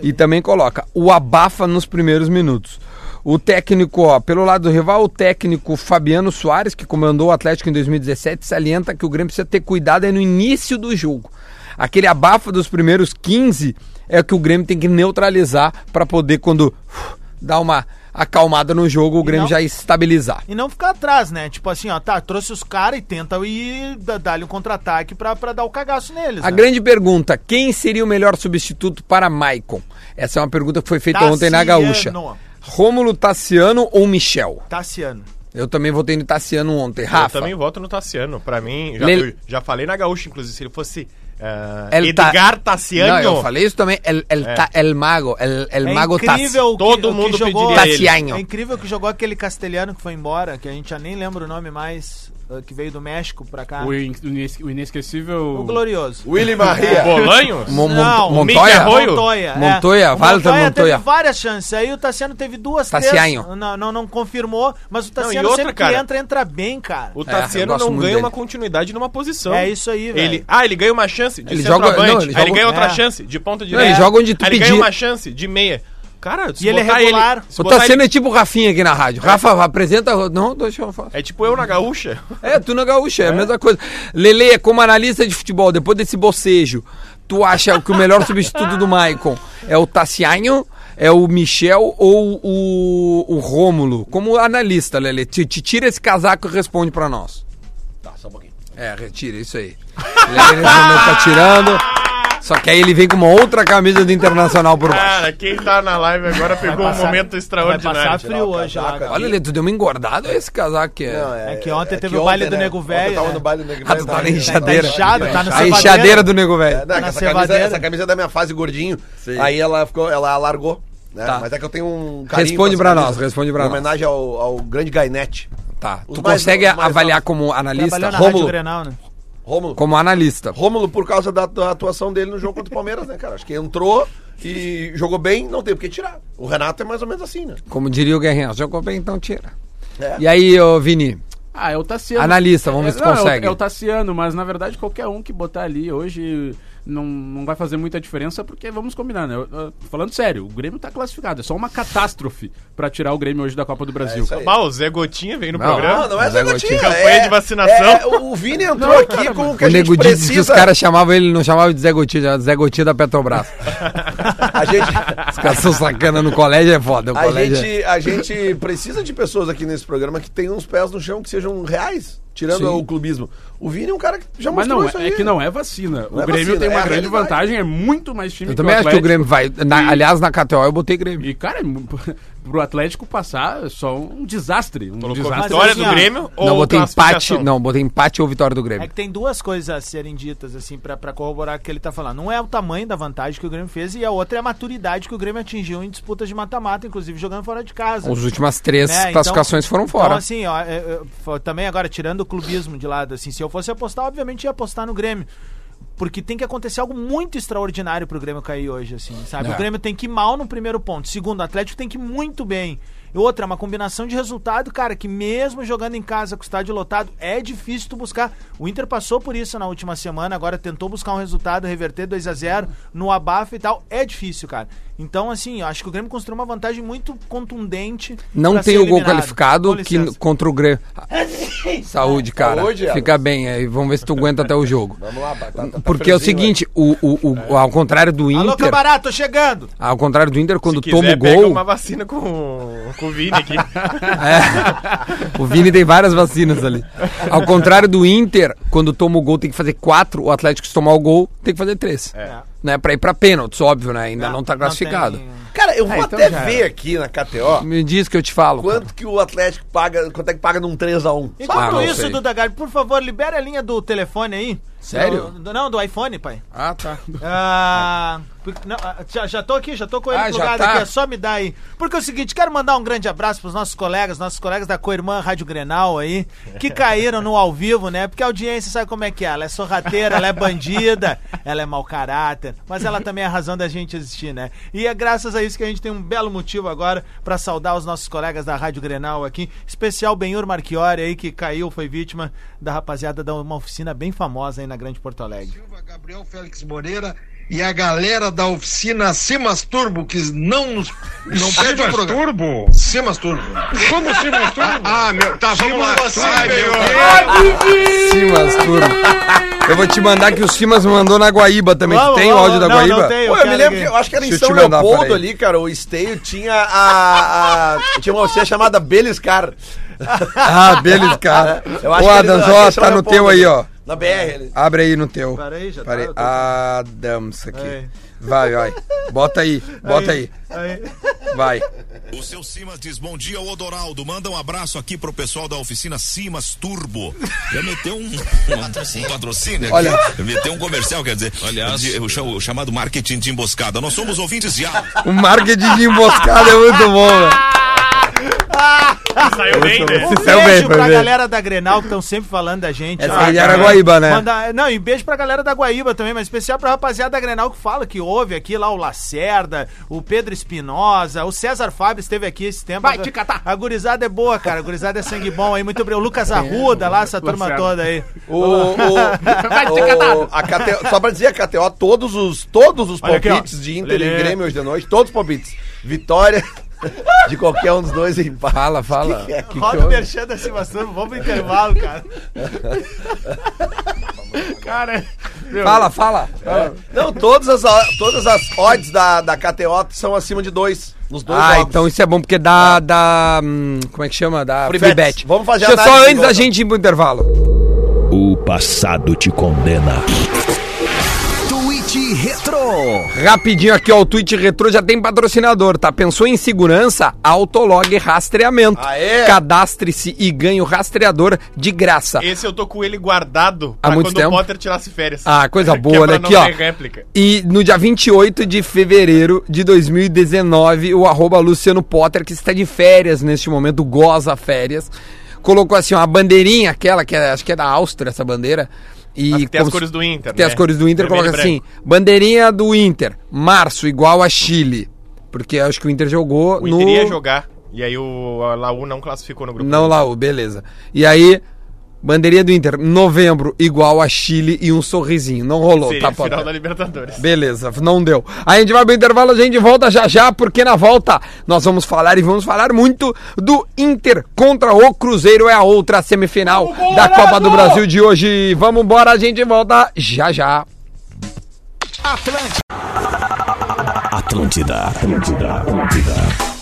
A: E também coloca o abafa nos primeiros minutos. O técnico, ó, pelo lado do rival, o técnico Fabiano Soares, que comandou o Atlético em 2017, salienta que o Grêmio precisa ter cuidado aí no início do jogo. Aquele abafa dos primeiros 15 é o que o Grêmio tem que neutralizar para poder, quando uf, dar uma acalmada no jogo, o Grêmio
C: não-
A: já estabilizar.
C: E não ficar atrás, né? Tipo assim, ó, tá, trouxe os caras e tenta ir dá- dar-lhe um contra-ataque pra, pra dar o cagaço neles.
A: A
C: né?
A: grande pergunta: quem seria o melhor substituto para Maicon? Essa é uma pergunta que foi feita ontem na
C: Tassiano.
A: Gaúcha. Rômulo Tassiano ou Michel?
C: Tassiano.
A: Eu também votei no Tassiano ontem.
E: Eu
A: Rafa.
E: também voto no Tassiano. Pra mim, já,
A: Lele-
E: eu já falei na Gaúcha, inclusive, se ele fosse ah,
A: Ele tá-
E: Edgar Tassiano, É.
A: Não, eu falei isso também. El, el, ta- el mago, el, el mago Tassiano.
C: o
E: todo mundo pediria ele.
A: Tassiano.
C: É incrível que jogou aquele castelhano que foi embora, que a gente já nem lembra o nome mais, eh, que veio do México pra cá.
D: O, in- o ines- o inesquecível.
C: O glorioso.
B: Willy
E: o
C: É.
B: Maria.
E: Bolanhos?
A: Mo- Mon-
C: Não,
A: Mon-
C: o
E: Miguel
A: Montoya?
E: Arroyo.
C: Montoya.
A: Montoya,
C: o
A: Walter Montoya.
C: teve várias chances. Aí o Tassiano teve duas, três.
A: Tassiano.
C: Não, não, não confirmou, mas o
E: e
C: Tassiano
E: outra,
C: sempre que
E: cara.
C: entra, entra bem, cara.
E: O
A: É, eu
E: Tassiano
A: gosto
E: não
A: muito
E: ganha
A: dele.
E: uma continuidade numa posição.
C: É isso aí, velho.
E: Ele, ah, ele ganha uma chance de
A: Ele joga-
E: centroavante.
A: não, ele
E: Aí
A: joga-
E: ele ganha outra
C: é.
E: chance de ponta direita.
A: ele joga onde tu
E: Aí ele
A: pedir.
E: ganha uma chance de meia. Cara, se
C: E ele é
E: botar
C: regular.
E: se
A: O
E: botar
A: Tassiano
E: ele-
A: é tipo o Rafinha aqui na rádio. Rafa, apresenta. Não, deixa eu falar.
E: é... tipo eu na gaúcha.
A: É, tu na gaúcha, é a mesma coisa. Lele, é como analista de futebol, depois desse bocejo, tu acha que o melhor substituto do Maicon é o Tassiano, é o Michel ou o, o Rômulo? Como analista, Lele, te, te tira esse casaco e responde pra nós.
B: Tá, só um pouquinho.
A: É, retira, isso aí. Lele nesse momento tá tirando. Só que aí ele vem com uma outra camisa do Internacional por baixo.
E: Cara, quem tá na live agora pegou
C: passar-
E: um momento
C: Vai passar
E: extraordinário.
C: frio hoje lá, cara.
A: Olha, Lele, tu deu uma engordada esse casaco que é.
B: Não,
C: É que ontem teve o baile do Nego
B: Ontem
C: Velho,
B: tava
C: né?
B: no baile do Nego
A: Ah, tu tá na
B: tava-
A: enxadeira.
C: Tá inchado, tá no
A: a
C: cevadeiro.
A: enxadeira do nego
B: É,
A: velho.
B: não,
C: Tá na
B: essa, camisa,
C: cevadeira.
B: essa camisa é da minha fase gordinho. Aí ela ficou, ela alargou. Né?
A: Tá.
B: Mas é que eu tenho um
A: Responde
B: com
A: pra
B: essa
A: nós,
B: camisa,
A: responde pra
B: em
A: nós.
B: Homenagem ao, ao grande Gainete.
A: Tá.
B: Os
A: Tu
B: mais
A: consegue
B: novos, mais
A: avaliar
B: novos.
A: como analista?
C: Trabalhou na Rádio
A: Rômulo,
C: Grenal, né?
B: Rômulo.
A: como analista.
B: Rômulo, por causa da, da atuação dele no jogo contra o Palmeiras, né, cara? Acho que entrou e jogou bem, não tem por que tirar. O Renato é mais ou menos assim, né?
A: Como diria o Guerrinha, jogou bem, então tira.
B: É.
A: E aí, ô Vini?
D: Ah, é o Tassiano.
A: Analista, vamos ver se
D: não, é o-
A: consegue.
D: É o, Tassiano, mas na verdade qualquer um que botar ali hoje. não, não vai fazer muita diferença, porque vamos combinar, né? Eu- eu- falando sério, o Grêmio tá classificado. É só uma catástrofe pra tirar o Grêmio hoje da Copa do Brasil.
B: isso aí.
E: Bah, o Zé Gotinha veio no
A: Não,
E: programa.
B: não é
A: Zé
B: Zé
A: Gotinha.
B: Gotinha.
E: Campanha
B: é-
E: de vacinação.
B: é, o o Vini entrou aqui com o que
A: O
B: a gente
A: Nego Didi disse que os
B: precisa.
A: caras chamavam ele, não chamavam de Zé Gotinha, chamava de Zé Gotinha da Petrobras.
B: A gente...
A: Os caras são sacana no colégio, é foda. O
B: A
A: colégio é-
B: gente, a gente precisa de pessoas aqui nesse programa que tenham uns pés no chão que sejam reais, tirando
A: Sim.
B: o clubismo. O Vini é um cara que já
D: Mas
B: mostrou
D: não,
B: isso
D: é,
B: aí.
D: é que não é vacina.
B: Não
D: o
B: é
D: Grêmio
B: vacina,
D: tem
B: é
D: uma
B: a
D: grande
B: realidade.
D: vantagem, é muito mais time
A: Eu também acho que o Grêmio vai. na- aliás, na KTO eu botei Grêmio.
D: E, cara, é mu- pro Atlético passar é só um desastre. Um
E: Colocou
D: desastre.
E: vitória
C: assim,
E: do
C: ó,
E: Grêmio ou
A: Não, botei empate.
E: classificação?
A: Não, botei empate ou vitória do
C: É
A: Grêmio.
C: que tem duas coisas a serem ditas, assim, pra, pra corroborar o que ele tá falando. Um é o tamanho da vantagem que o Grêmio fez e a outra é a maturidade que o Grêmio atingiu em disputas de mata-mata, inclusive jogando fora de casa.
A: As últimas três
C: Né, então-
A: classificações foram fora.
C: Então, assim, ó, é, é, fo- também agora, tirando o clubismo de lado, assim, se eu fosse apostar, obviamente ia apostar no Grêmio. Porque tem que acontecer algo muito extraordinário pro Grêmio cair hoje, assim, sabe?
A: É.
C: O Grêmio tem que ir mal no primeiro ponto. Segundo, o Atlético tem que ir muito bem. E outra, uma combinação de resultado, cara, que mesmo jogando em casa com o estádio lotado, é difícil tu buscar. O Inter passou por isso na última semana, agora tentou buscar um resultado, reverter 2 a 0 no abafa e tal. É difícil, cara. Então, assim, eu acho que o Grêmio construiu uma vantagem muito contundente.
A: Não
C: pra
A: tem
C: ser
A: o gol
C: eliminado.
A: qualificado
C: Com
A: que,
C: licença.
A: contra o Grêmio. Saúde, cara.
B: Saúde, Elas.
A: Fica bem aí. Vamos ver se tu aguenta até o jogo.
B: Vamos lá, batata. tá
A: Porque é o
B: friozinho,
A: seguinte, o, o, o- ao contrário do
C: Alô,
A: Inter,
C: camarada, tô chegando!
A: ao contrário do Inter, quando
E: Se
A: toma o
E: quiser, pega
A: gol,
E: uma vacina com, com o Vini aqui.
A: É. O Vini tem várias vacinas ali. Ao contrário do Inter, quando toma o gol tem que fazer quatro, o Atlético se tomar o gol tem que fazer três.
C: É.
A: Né, pra ir pra pênaltis, óbvio, né? Ainda não, tá
C: não
A: classificado.
C: tem-
B: velho. Cara, eu vou
A: então
B: até
A: já era.
B: ver aqui na KTO
A: Me diz que eu te falo. cara.
B: quanto que o Atlético paga, quanto é que paga num 3x1.
A: Ah,
C: Enquanto
A: não
C: isso,
A: sei.
C: Duda Garbi, por favor, libera a linha do telefone aí.
A: Sério?
C: Do- do- não, do iPhone, pai.
A: Ah, tá.
C: Ah, porque- não, ah, já, já tô aqui, já tô com ele
A: Ah, já
C: plugado
A: tá?
C: aqui, é só me dar aí. Porque é o seguinte, quero mandar um grande abraço pros nossos colegas, nossos colegas da Coirmã Rádio Grenal aí, que caíram no ao vivo, né? Porque a audiência sabe como é que é, ela é sorrateira, ela é bandida, ela é mau caráter, mas ela também é a razão da gente existir, né? E é graças a isso que a gente tem um belo motivo agora pra saudar os nossos colegas da Rádio Grenal aqui, especial Benhur Marchiori aí, que caiu, foi vítima da rapaziada de uma oficina bem famosa aí na Grande Porto Alegre.
F: Silva, Gabriel Félix Moreira e a galera da oficina Simas Turbo, que não nos não perde o programa.
G: Turbo?
F: Simas Turbo.
G: Como se mostrou? Ah, meu, tá, vamos lá. Ai, meu
A: Simas, turma. Eu vou te mandar que o Simas me mandou na Guaíba também. Tu
C: Vamos,
A: tem o
C: vamos,
A: áudio da
C: não,
A: Guaíba?
C: não tem.
B: Pô, eu me
C: quero
B: lembro
C: que-
B: que eu acho que era em
A: Deixa eu
B: São
A: te mandar,
B: Leopoldo
A: peraí.
B: ali, cara. O Esteio tinha a, a- Tinha uma oficina chamada Beliscar.
A: Ah, beleza, cara.
B: Eu
A: Ô,
B: que ele-
A: Adams,
B: acho que
A: ó,
B: é São
A: tá no
B: Leopoldo
A: teu aí,
B: ali,
A: ó.
B: Na BR ali.
A: Abre aí no teu.
C: Para aí, já tá,
A: Para aí.
C: eu tô-
A: Adams aqui.
C: Aí.
A: Vai, vai. Bota aí, bota aí.
C: Aí.
A: Vai.
H: O seu Simas diz: Bom dia, Odoraldo. Manda um abraço aqui pro pessoal da oficina Simas Turbo. Já meteu um, um, patrocínio. um patrocínio aqui.
A: Olha.
H: Meteu um comercial, quer dizer. Aliás, o, cha- o chamado marketing de emboscada. Nós somos ouvintes de áudio.
A: O marketing de emboscada é muito bom, velho.
E: Saiu bem, né?
C: Um
A: Se saiu bem,
C: beijo
A: foi
C: pra
A: bem.
C: galera da Grenal que estão sempre falando da gente.
A: é Essa
C: Ah,
A: aí era
C: cara.
A: Guaíba, né?
C: Mandar- Não, e beijo pra galera da Guaíba também, mas especial pra rapaziada da Grenal que fala, que ouve aqui lá o Lacerda, o Pedro Espinosa, o César Fábio esteve aqui esse tempo.
D: Vai te catar.
C: A gurizada é boa, cara. A gurizada é sangue bom aí. Muito bem. O Lucas Arruda lá, essa turma
D: Lacerda.
C: toda aí.
B: O, o- o- a KTO, só pra dizer, a KTO, todos os, todos os
D: Olha aqui,
B: palpites
D: ó.
B: de Inter
D: Lelê.
B: e Grêmio hoje de noite, todos os palpites. Vitória de qualquer um dos dois em empate.
A: Fala, fala. Que que
C: Roda o
A: houve?
C: merchan da Sebastião. Vamos pro intervalo, cara.
D: Cara, meu,
A: Fala, fala.
B: Não, todas as, todas as odds da, da KTO são acima de dois. Nos dois
A: Ah,
B: jogos.
A: então isso é bom porque dá. dá hum, como é que chama? Dá
B: Free
A: free bet.
B: bets. Vamos fazer
A: Deixa eu
B: análise
A: só antes
B: de
A: da
B: volta.
A: gente ir pro intervalo.
I: O passado te condena.
A: Rapidinho aqui, ó. O Twitch Retro já tem patrocinador, tá? Pensou em segurança? Autolog Rastreamento.
B: Aê!
A: Cadastre-se e ganhe o rastreador de graça.
E: Esse eu tô com ele guardado
A: Há
E: pra
A: muito
E: quando
A: tempo?
E: o Potter tirasse férias.
A: Ah, coisa
E: Que é
A: boa, olha
E: pra
A: aqui,
E: não
A: ó.
E: ter réplica.
A: E no dia 28 de fevereiro de 2019, o arroba Luciano Potter, que está de férias neste momento, goza férias, colocou assim, ó, a bandeirinha, aquela que é- acho que é da Áustria, essa bandeira. E
E: Acho que tem as
A: como
E: cores
A: se-
E: do Inter,
A: Tem
E: né?
A: as cores do Inter,
E: Vermelho
A: coloca
E: e
A: assim, bandeirinha do Inter, março, igual a Chile. Porque acho que o Inter jogou
E: O
A: no...
E: Inter ia jogar. E aí o a Laú não classificou no grupo.
A: Não, Laú, beleza. E aí, Bandeirinha do Inter, novembro, igual a Chile e um sorrisinho. Não rolou,
E: Seria
A: tá,
E: a final
A: Potter?
E: da Libertadores.
A: Beleza, não deu. A gente vai pro intervalo, a gente volta já já, porque na volta nós vamos falar e vamos falar muito do Inter contra o Cruzeiro, é a outra semifinal da Copa do Brasil de hoje. Vamos embora, a gente volta já já.
I: Atlântida, Atlântida, Atlântida.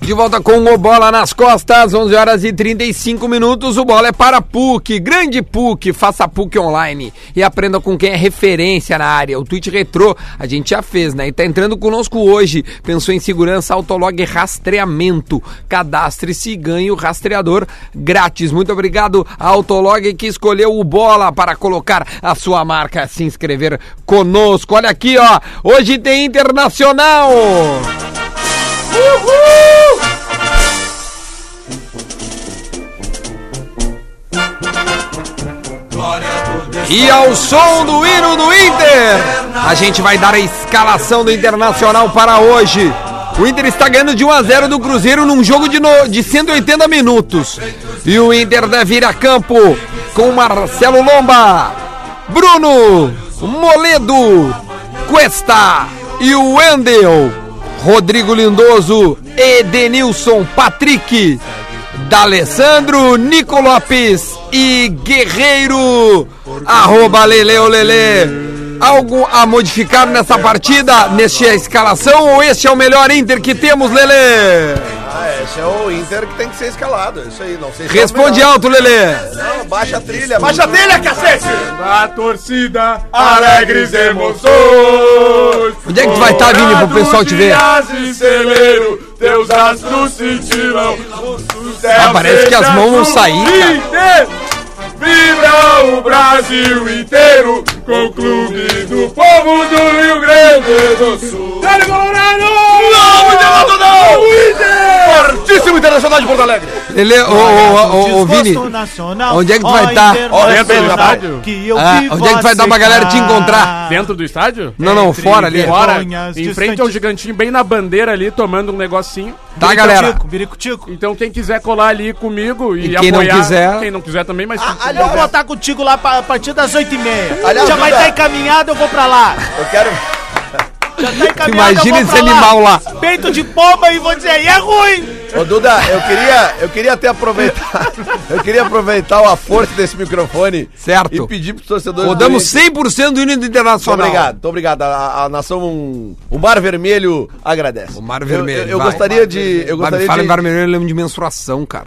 A: De volta com o Bola nas costas, 11 horas e 35 minutos. O Bola é para a PUC, grande PUC, faça PUC online e aprenda com quem é referência na área. O tweet retrô a gente já fez, né? E tá entrando conosco hoje. Pensou em segurança, autolog e rastreamento. Cadastre-se e ganhe o rastreador grátis. Muito obrigado à Autolog que escolheu o Bola para colocar a sua marca, se inscrever conosco. Olha aqui, ó, hoje tem Internacional. E ao som do hino do Inter, a gente vai dar a escalação do Internacional para hoje. O Inter está ganhando de 1 a 0 do Cruzeiro num jogo de, no- de 180 minutos. E o Inter deve ir a campo com Marcelo Lomba, Bruno, Moledo, Cuesta e o Wendel, Rodrigo Lindoso, Edenilson, Patrick, D'Alessandro, Nico Lopes e Guerreiro. Arroba Leleu Lele. Algo a modificar nessa partida, nesta escalação ou este é o melhor Inter que temos, Lele?
B: Ah, esse é o Inter que tem que ser escalado. é Isso aí, não sei se é o
A: Responde
B: melhor.
A: alto, Lele.
B: Não, baixa a trilha, baixa a trilha, cacete!
D: A torcida,
B: Alegres emoções.
A: Onde é que tu vai estar, Vini, pro pessoal te ver?
D: celeiro, teus astros cintilam.
A: Ah, parece que as mãos vão sair, cara.
D: Vibra é o Brasil inteiro com o clube do povo do Rio Grande do Sul. Sério, Colorado!
B: Não, não, não! Fortíssimo Internacional de Porto Alegre!
A: Lele, ô, ô, ô, ô, Vini.
C: né?
A: onde é que tu vai tá?
B: Ó, dentro do estádio?
A: Ah, onde é que tu vai dar pra galera te encontrar?
C: assim.
D: Dentro do estádio?
A: Não, não, fora ali.
D: Fora,
C: Vergonhas
D: em frente
C: distantes.
D: ao gigantinho, bem na bandeira ali, tomando um negocinho.
A: Tá, galera?
C: Tico, birico tico.
D: Então quem quiser colar ali comigo e,
A: E quem não
D: apoiar,
A: quiser-
D: quem não quiser também,
B: Ah,
D: mas
C: Eu vou estar contigo lá pra- a partir das 8h30.
B: Aliás,
C: Já vai estar
B: Duda.
C: encaminhado, eu vou pra lá.
B: Eu quero.
C: Já tá encaminhado,
A: Imagina
C: eu vou
A: esse
C: pra
A: animal lá.
C: Peito de pomba e vou dizer, e é ruim.
B: Ô Duda, eu queria, eu queria até aproveitar. Eu queria aproveitar a força desse microfone
A: Certo.
B: e pedir pros torcedores.
A: Rodamos
B: do Inter-
A: 100% do hino do Internacional.
B: Muito obrigado, muito obrigado. A, a nação, um- o Mar Vermelho agradece.
A: O Mar
B: Eu-
A: Vermelho,
B: Eu, eu
A: vai.
B: gostaria de. Eu
A: Vai, me
B: gostaria
A: fala
B: de.
A: em Bar Vermelho, eu lembro de mensuração, cara.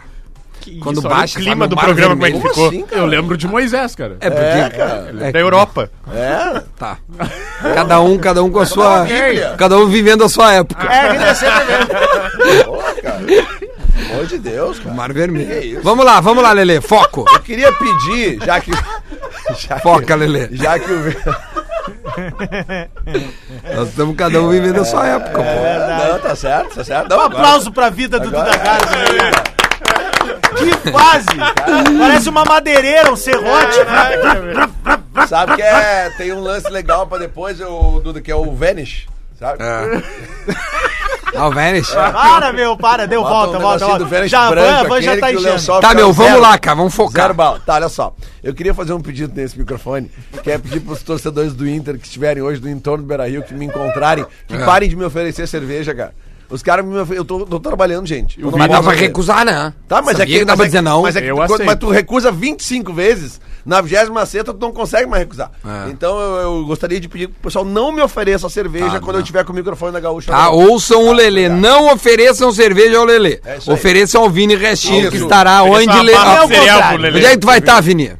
A: Quando
E: isso, olha o
A: baixa,
E: clima
A: sabe, um
E: do
A: o Bar
E: programa, como é que
A: Vermelho.
E: ficou?
B: assim,
D: eu lembro de Moisés, cara.
A: É, porque. é,
E: um Da Europa.
B: É?
A: Tá. Cada um, cada um com a sua.
B: Bíblia.
A: Cada um vivendo a sua época.
C: É, agradecer também.
B: Pô, cara. Pelo amor de Deus, cara.
A: Mar Vermelho. Vamos lá, vamos lá, Lelê. Foco.
B: Eu queria pedir, já que. Já
A: Foca, Lelê.
B: Já que o.
A: Nós estamos cada um vivendo a sua
B: É.
A: época, pô.
B: Não, tá certo, tá certo. Não,
C: Um
B: agora-
C: aplauso pra vida do
B: Agora- é.
C: Duda Garza. né? Que fase. Parece uma madeireira, um serrote.
B: Sabe que é, tem um lance legal pra depois, eu, Duda, que é o Vanish, sabe?
A: É. Ah, o Vélez.
C: Para, meu, para. Deu
B: Bota
C: volta, volta,
B: um negocinho
C: volta.
B: do Vanish
C: Já, a van, a
B: branco,
C: van já
B: aquele
C: tá
B: que o
C: enchendo.
B: lençol
A: Tá,
B: fica
A: meu, vamos
B: zero-
A: lá, cara. Vamos
B: Zero
A: focar.
B: bala. Tá, olha só. Eu queria fazer um pedido nesse microfone, que é pedir pros torcedores do Inter que estiverem hoje no entorno do Beira-Rio, que me encontrarem, que
A: É.
B: parem de me oferecer cerveja, cara. Os caras me ofe- Eu tô, tô trabalhando, gente. Eu não
A: Mas dá
B: posso
A: pra
B: fazer.
A: recusar, né?
B: Tá, mas
A: Sabia
B: é que,
A: que dá
B: mas
A: pra
B: é que-
A: dizer não.
B: Mas, é que
D: Eu
B: tu- quando-
D: aceito.
B: mas tu recusa 25 vezes, na 26 tu não consegue mais recusar.
A: É.
B: Então eu, eu gostaria de pedir que o pessoal não me ofereça cerveja
A: Tá,
B: quando
A: não.
B: eu tiver com o microfone da gaúcha.
A: Tá,
B: na mão.
A: ouçam o Lelê. Não ofereçam cerveja ao Lelê.
B: É isso aí.
A: ofereçam ao Vini Restinho,
B: Isso.
A: que estará onde,
E: Ofereça uma
A: Lelê?
E: barra de
C: Ao
E: cereal
C: contrário.
E: pro Lelê.
A: Onde é que tu vai estar, Vini?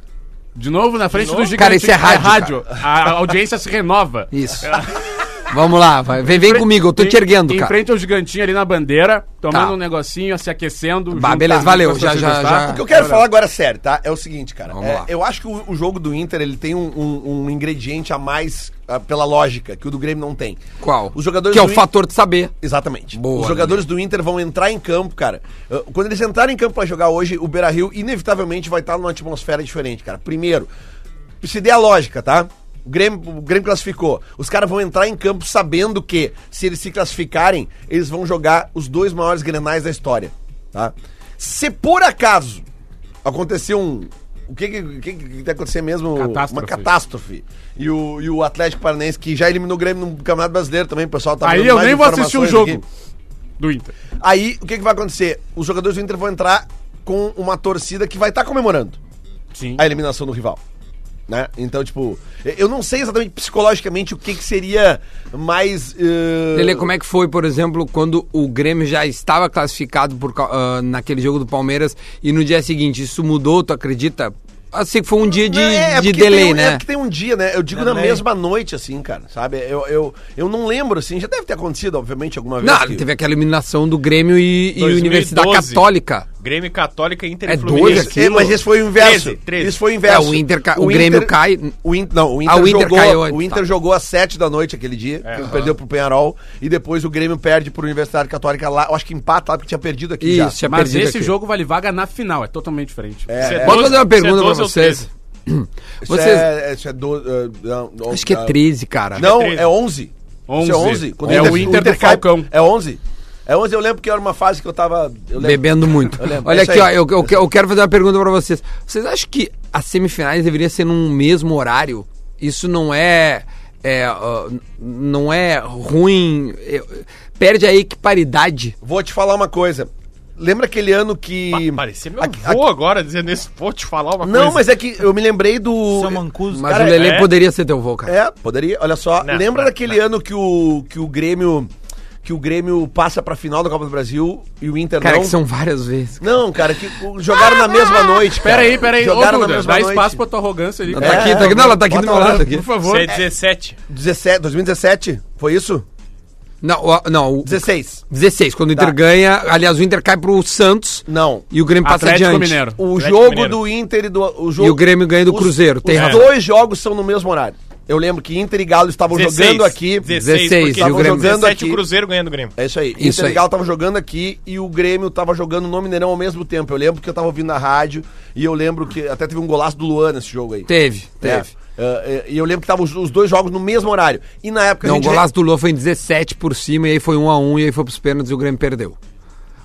D: De novo na frente do gigante.
A: Cara, isso é rádio,
D: A audiência se renova.
A: Isso.
B: É.
A: Vamos lá, vai. Vem, vem comigo, eu tô te erguendo,
D: Em
A: cara.
D: frente ao gigantinho ali na bandeira, tomando
A: Tá.
D: um negocinho, se aquecendo.
A: Bah,
D: juntar
A: beleza, valeu,
D: com as pessoas
A: já, já,
D: que gostar.
A: já.
B: O né? que Tá? eu quero falar agora sério, tá? É o seguinte, cara.
A: Vamos
B: É,
A: lá.
B: eu acho que o, o jogo do Inter ele tem um, um- um ingrediente a mais ah, pela lógica, que o do Grêmio não tem.
A: Qual?
B: Os jogadores
A: que é o
B: do Inter-
A: fator de saber.
B: Exatamente.
A: Boa,
B: Os jogadores do Inter vão entrar em campo, cara. Uh, Quando eles entrarem em campo pra jogar hoje, o Beira Rio inevitavelmente vai estar numa atmosfera diferente, cara. Primeiro, se der a lógica, tá? O Grêmio, o Grêmio classificou. Os caras vão entrar em campo sabendo que, se eles se classificarem, eles vão jogar os dois maiores grenais da história, tá? Se por acaso aconteceu um O que que, o que, que tá acontecendo mesmo?
D: Catástrofe.
B: Uma catástrofe. E o, e o Atlético Paranaense, que já eliminou o Grêmio no Campeonato Brasileiro também, o pessoal tá
D: Aí
B: vendo
D: eu
B: mais
D: nem vou assistir o jogo
B: informações aqui.
D: do Inter.
B: Aí, o que, que vai acontecer? Os jogadores do Inter vão entrar com uma torcida que vai estar comemorando
D: Sim.
B: a eliminação do rival. Né? Então, tipo, eu não sei exatamente psicologicamente o que, que seria mais. eh,
A: Lele, como é que foi, por exemplo, quando o Grêmio já estava classificado por, cau- ah, naquele jogo do Palmeiras e no dia seguinte isso mudou, tu acredita? Assim que foi um dia de,
B: Não, é, é
A: de
B: porque
A: delay,
B: tem, um- É
A: né? É
B: porque tem um dia, né? Eu digo na
C: Delay.
B: mesma noite, assim, cara, sabe? Eu, eu, eu não lembro, assim, já deve ter acontecido, obviamente, alguma vez.
A: Não,
B: que-
A: teve aquela eliminação do Grêmio e, e
E: 2012.
A: Universidade Católica.
E: Grêmio Católica e Inter
A: É
E: e
A: dois
E: Fluminense.
A: aqui.
B: É, mas esse foi o inverso.
E: 13, 13.
B: Isso foi o inverso.
A: É, o Inter ca- o Grêmio cai-
B: O Inter, não, o Inter,
A: Ah, o Inter
B: jogou,
A: caiu antes,
B: o Inter
A: tá.
B: jogou às 7 da noite aquele dia, que perdeu pro Penharol, e depois o Grêmio perde pro Universidade Católica lá. Eu acho que empata lá, porque tinha perdido aqui já.
A: Isso, tinha
D: Mas
A: perdido
D: esse
A: aqui.
D: jogo vale vaga na final, é totalmente diferente.
E: Isso é
A: Posso
E: 12,
A: fazer uma pergunta
E: isso é
A: pra
E: 12 ou
A: vocês?
E: 13.
B: Isso
A: Vocês.
B: é, isso é do, eh, não, não,
A: Acho que é
B: ah,
A: 13, cara.
B: Não,
E: treze.
B: é 11. Isso
D: 11.
B: é 11. Quando
D: É o Inter do
B: cai-
D: Falcão.
B: É 11. É 11, eu lembro que era uma fase que eu tava... Eu lembro.
A: Bebendo muito.
B: Eu lembro,
A: Olha
B: é isso
A: aqui, ó,
B: aí.
A: eu, eu, eu quero fazer uma pergunta pra vocês. Vocês acham que as semifinais deveriam ser num mesmo horário? Isso não é. é, ó, não é ruim. é, perde a equiparidade.
B: Vou te falar uma coisa. Lembra aquele ano que...
E: Pa- Parecia meu
B: Aqui-
E: avô agora dizendo isso. Vou te falar uma coisa.
B: Não, mas é que eu me lembrei do...
C: Seu Mancuso.
A: Mas
B: Cara,
A: o Lelê
E: é?
A: poderia ser teu voo, cara.
B: É, poderia. Olha só,
E: Não,
B: lembra
E: não,
B: daquele ano que o, que o Grêmio que o Grêmio passa pra final da Copa do Brasil e o Inter
A: cara, é
B: não?
A: que são várias vezes.
B: Não, cara, que o- jogaram na mesma noite. cara.
D: Pera aí, pera aí.
B: Jogaram
D: Ô,
B: na
D: Duda,
B: mesma
D: dá
B: noite.
D: espaço pra tua arrogância ali.
A: Ela
D: cara.
A: tá aqui, tá aqui, não, ela tá aqui do meu
B: É, bota lá,
A: lado. Aqui.
D: Por favor.
E: Você é 17.
B: 17, 2017, foi isso?
A: Não, o- não, o
B: 16.
A: 16, quando o Inter
B: Tá.
A: ganha. Aliás, o Inter cai pro Santos
B: Não.
A: e o Grêmio passa
D: Atlético
A: adiante.
D: Mineiro.
B: O
E: Atlético
B: jogo
E: Mineiro.
B: do Inter e do o jogo
A: E o Grêmio ganha do
B: os-
A: Cruzeiro, tem
B: os
A: razão.
B: dois jogos são no mesmo horário. Eu lembro que Inter e Galo estavam
E: 16,
B: jogando aqui.
E: 16,
A: 16, e
E: porque
A: o
E: estavam
A: Grêmio.
E: jogando 17
B: aqui.
E: o Cruzeiro ganhando o Grêmio.
B: É isso aí.
A: Isso
B: Inter
A: aí.
B: Legal tava jogando aqui e o Grêmio tava jogando no Mineirão ao mesmo tempo. Eu lembro que eu tava ouvindo na rádio e eu lembro que até teve um golaço do Luan nesse jogo aí.
A: Teve,
B: É.
A: teve.
B: É, é, E eu lembro que tava os, os dois jogos no mesmo horário. E na época
A: Não, o
B: re-
A: golaço do Lua foi em 17 por cima, e aí foi 1 a 1 e aí foi pros pênaltis e o Grêmio perdeu.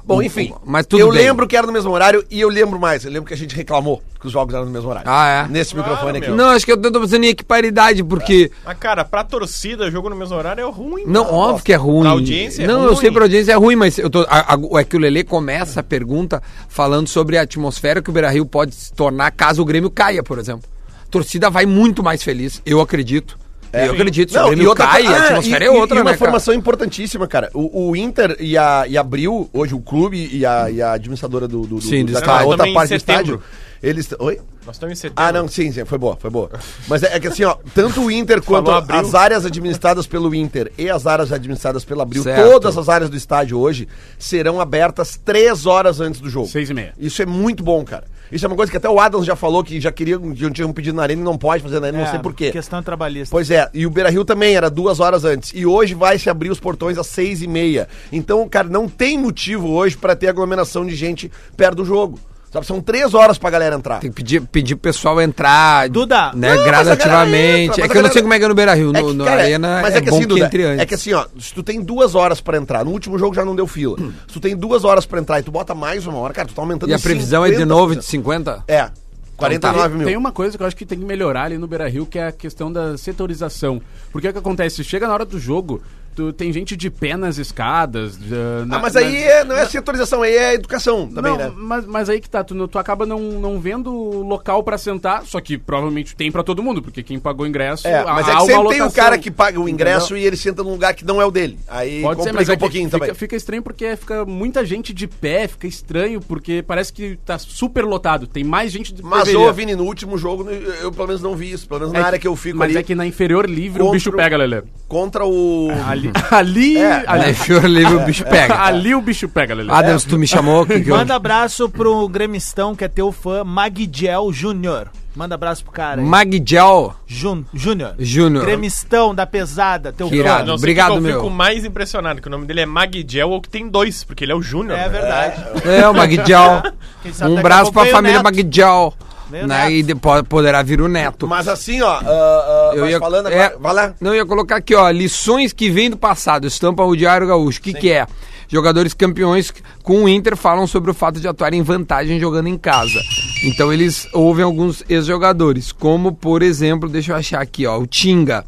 B: Bom, enfim.
A: Mas tudo
B: eu
A: bem.
B: lembro que era no mesmo horário e eu lembro mais. Eu lembro que a gente reclamou que os jogos eram no mesmo horário.
A: Ah, é?
B: Nesse microfone aqui.
E: meu.
A: Não, acho que eu tô pensando em equiparidade, porque.
E: Mas, cara, pra torcida, jogo no mesmo horário é ruim.
A: Não,
E: cara.
A: óbvio que é ruim.
E: Pra audiência é
A: não, eu
E: ruim.
A: sei pra audiência é ruim, mas eu tô, a- a- é que o Lelê começa a pergunta falando sobre a atmosfera que o Beira Rio pode se tornar caso o Grêmio caia, por exemplo. A torcida vai muito mais feliz, eu acredito. eu acredito. Se o
B: É. Não,
A: Grêmio
B: e outra
A: cai,
B: coisa-
A: a
B: ah,
A: atmosfera
B: e-
A: é
B: e-
A: outra,
B: e
A: né,
B: uma
A: cara?
B: informação importantíssima, cara. O, o Inter e a, e a Abril, hoje o clube e a, e a administradora do, do, do-
A: Sim, do
B: da
A: estádio.
B: outra
E: Também em
B: parte do
E: setembro.
B: estádio, eles... Oi?
E: Nós estamos em setembro.
B: Ah, não, sim, sim, foi boa, foi boa. Mas é, é que assim, ó, tanto o Inter quanto
E: Falou Abril.
B: as áreas administradas pelo Inter e as áreas administradas pela Abril,
A: Certo.
B: todas as áreas do estádio hoje serão abertas três horas antes do jogo.
D: Seis e meia.
B: Isso é muito bom, cara. Isso é uma coisa que até o Adams já falou que já queria, já tinha um pedido na arena e não pode fazer na arena, não sei por quê.
C: É, Questão trabalhista.
B: Pois é, e o Beira Rio também era duas horas antes. E hoje vai se abrir os portões às seis e meia. Então, cara, não tem motivo hoje pra ter aglomeração de gente perto do jogo. Sabe, são três horas pra galera entrar.
A: Tem que pedir, pedir pro pessoal entrar,
C: Duda.
A: né,
B: Não, mas a galera
A: gradativamente. é
B: entra, mas
A: que eu
B: a
A: não sei
B: galera-
A: como é que é no Beira Rio,
B: É
A: no,
B: que,
A: na
B: cara,
A: Arena
B: mas
A: é,
B: é que
A: bom
B: assim,
A: que
B: Duda,
A: entre antes.
B: é que assim, ó, se tu tem duas horas pra entrar, no último jogo já não deu fila. Se tu tem duas horas pra entrar e tu bota mais uma hora, cara, tu tá aumentando
A: e a
B: em
A: previsão é de
B: 50%.
A: novo de 50?
B: É, 49 mil.
D: Então tá. Tem um- uma coisa que eu acho que tem que melhorar ali no Beira Rio, que é a questão da setorização. Porque o que acontece? Chega na hora do jogo, tu tem gente de pé nas escadas. de-
B: Ah,
D: na-
B: mas
D: nas-
B: aí é- não é setorização, aí é educação também,
D: não,
B: né?
D: mas, mas aí que tá, tu, não- tu acaba não, não vendo local pra sentar, só que provavelmente tem pra todo mundo, porque quem pagou o ingresso.
B: É, mas é que
D: uma
B: sempre tem o
D: lotação,
B: cara que paga o ingresso
D: entendeu?
B: e ele senta num lugar que não é o dele. Aí
D: Pode ser,
B: complica
D: mas é
B: um
D: que
B: pouquinho
D: fica,
B: também.
D: fica estranho porque fica muita gente de pé, fica estranho porque parece que tá super lotado, tem mais gente de
B: Mas,
D: deveria.
B: ô, Vini, no último jogo, eu, eu pelo menos não vi isso. Pelo menos
D: É
B: na área que eu fico
D: mas
B: ali.
D: é que na inferior livre o
B: Contra
D: bicho
B: o-
D: pega, Lelê.
B: Contra o.
D: Ali, ali,
B: É,
D: ali,
A: Aí, Fior livre, Né, o bicho pega.
D: ali o bicho pega, Lelê.
A: Adams, tu me chamou? Que que eu-
C: Manda abraço pro gremistão que é teu fã, Magdiel Júnior. Manda abraço pro cara aí.
A: Magdiel
C: Jun- Júnior.
A: Júnior.
C: Gremistão da pesada, teu
A: Que
C: fã.
A: irado.
E: Não,
A: Obrigado,
E: eu
A: meu.
E: fico mais impressionado, que o nome dele é Magdiel, ou que tem dois, porque ele é o Júnior.
C: É
E: né?
C: verdade.
A: É, o Magdiel.
C: Quem sabe
A: Um
C: daqui a
A: abraço
C: pouco
A: pra
C: vem o
A: família
C: neto.
A: Magdiel.
C: Vem o
A: Né? E
C: neto.
A: depois poderá vir o neto.
B: Mas assim, ó. ah, ah,
A: Eu
B: mas
A: ia-
B: falando
A: é-
B: agora. Vai lá.
A: Não, eu ia colocar aqui, ó, lições que vêm do passado, estampa o Diário Gaúcho. O que, que é? Jogadores campeões com o Inter falam sobre o fato de atuarem em vantagem jogando em casa. Então eles ouvem alguns ex-jogadores, como por exemplo, deixa eu achar aqui, ó, o Tinga.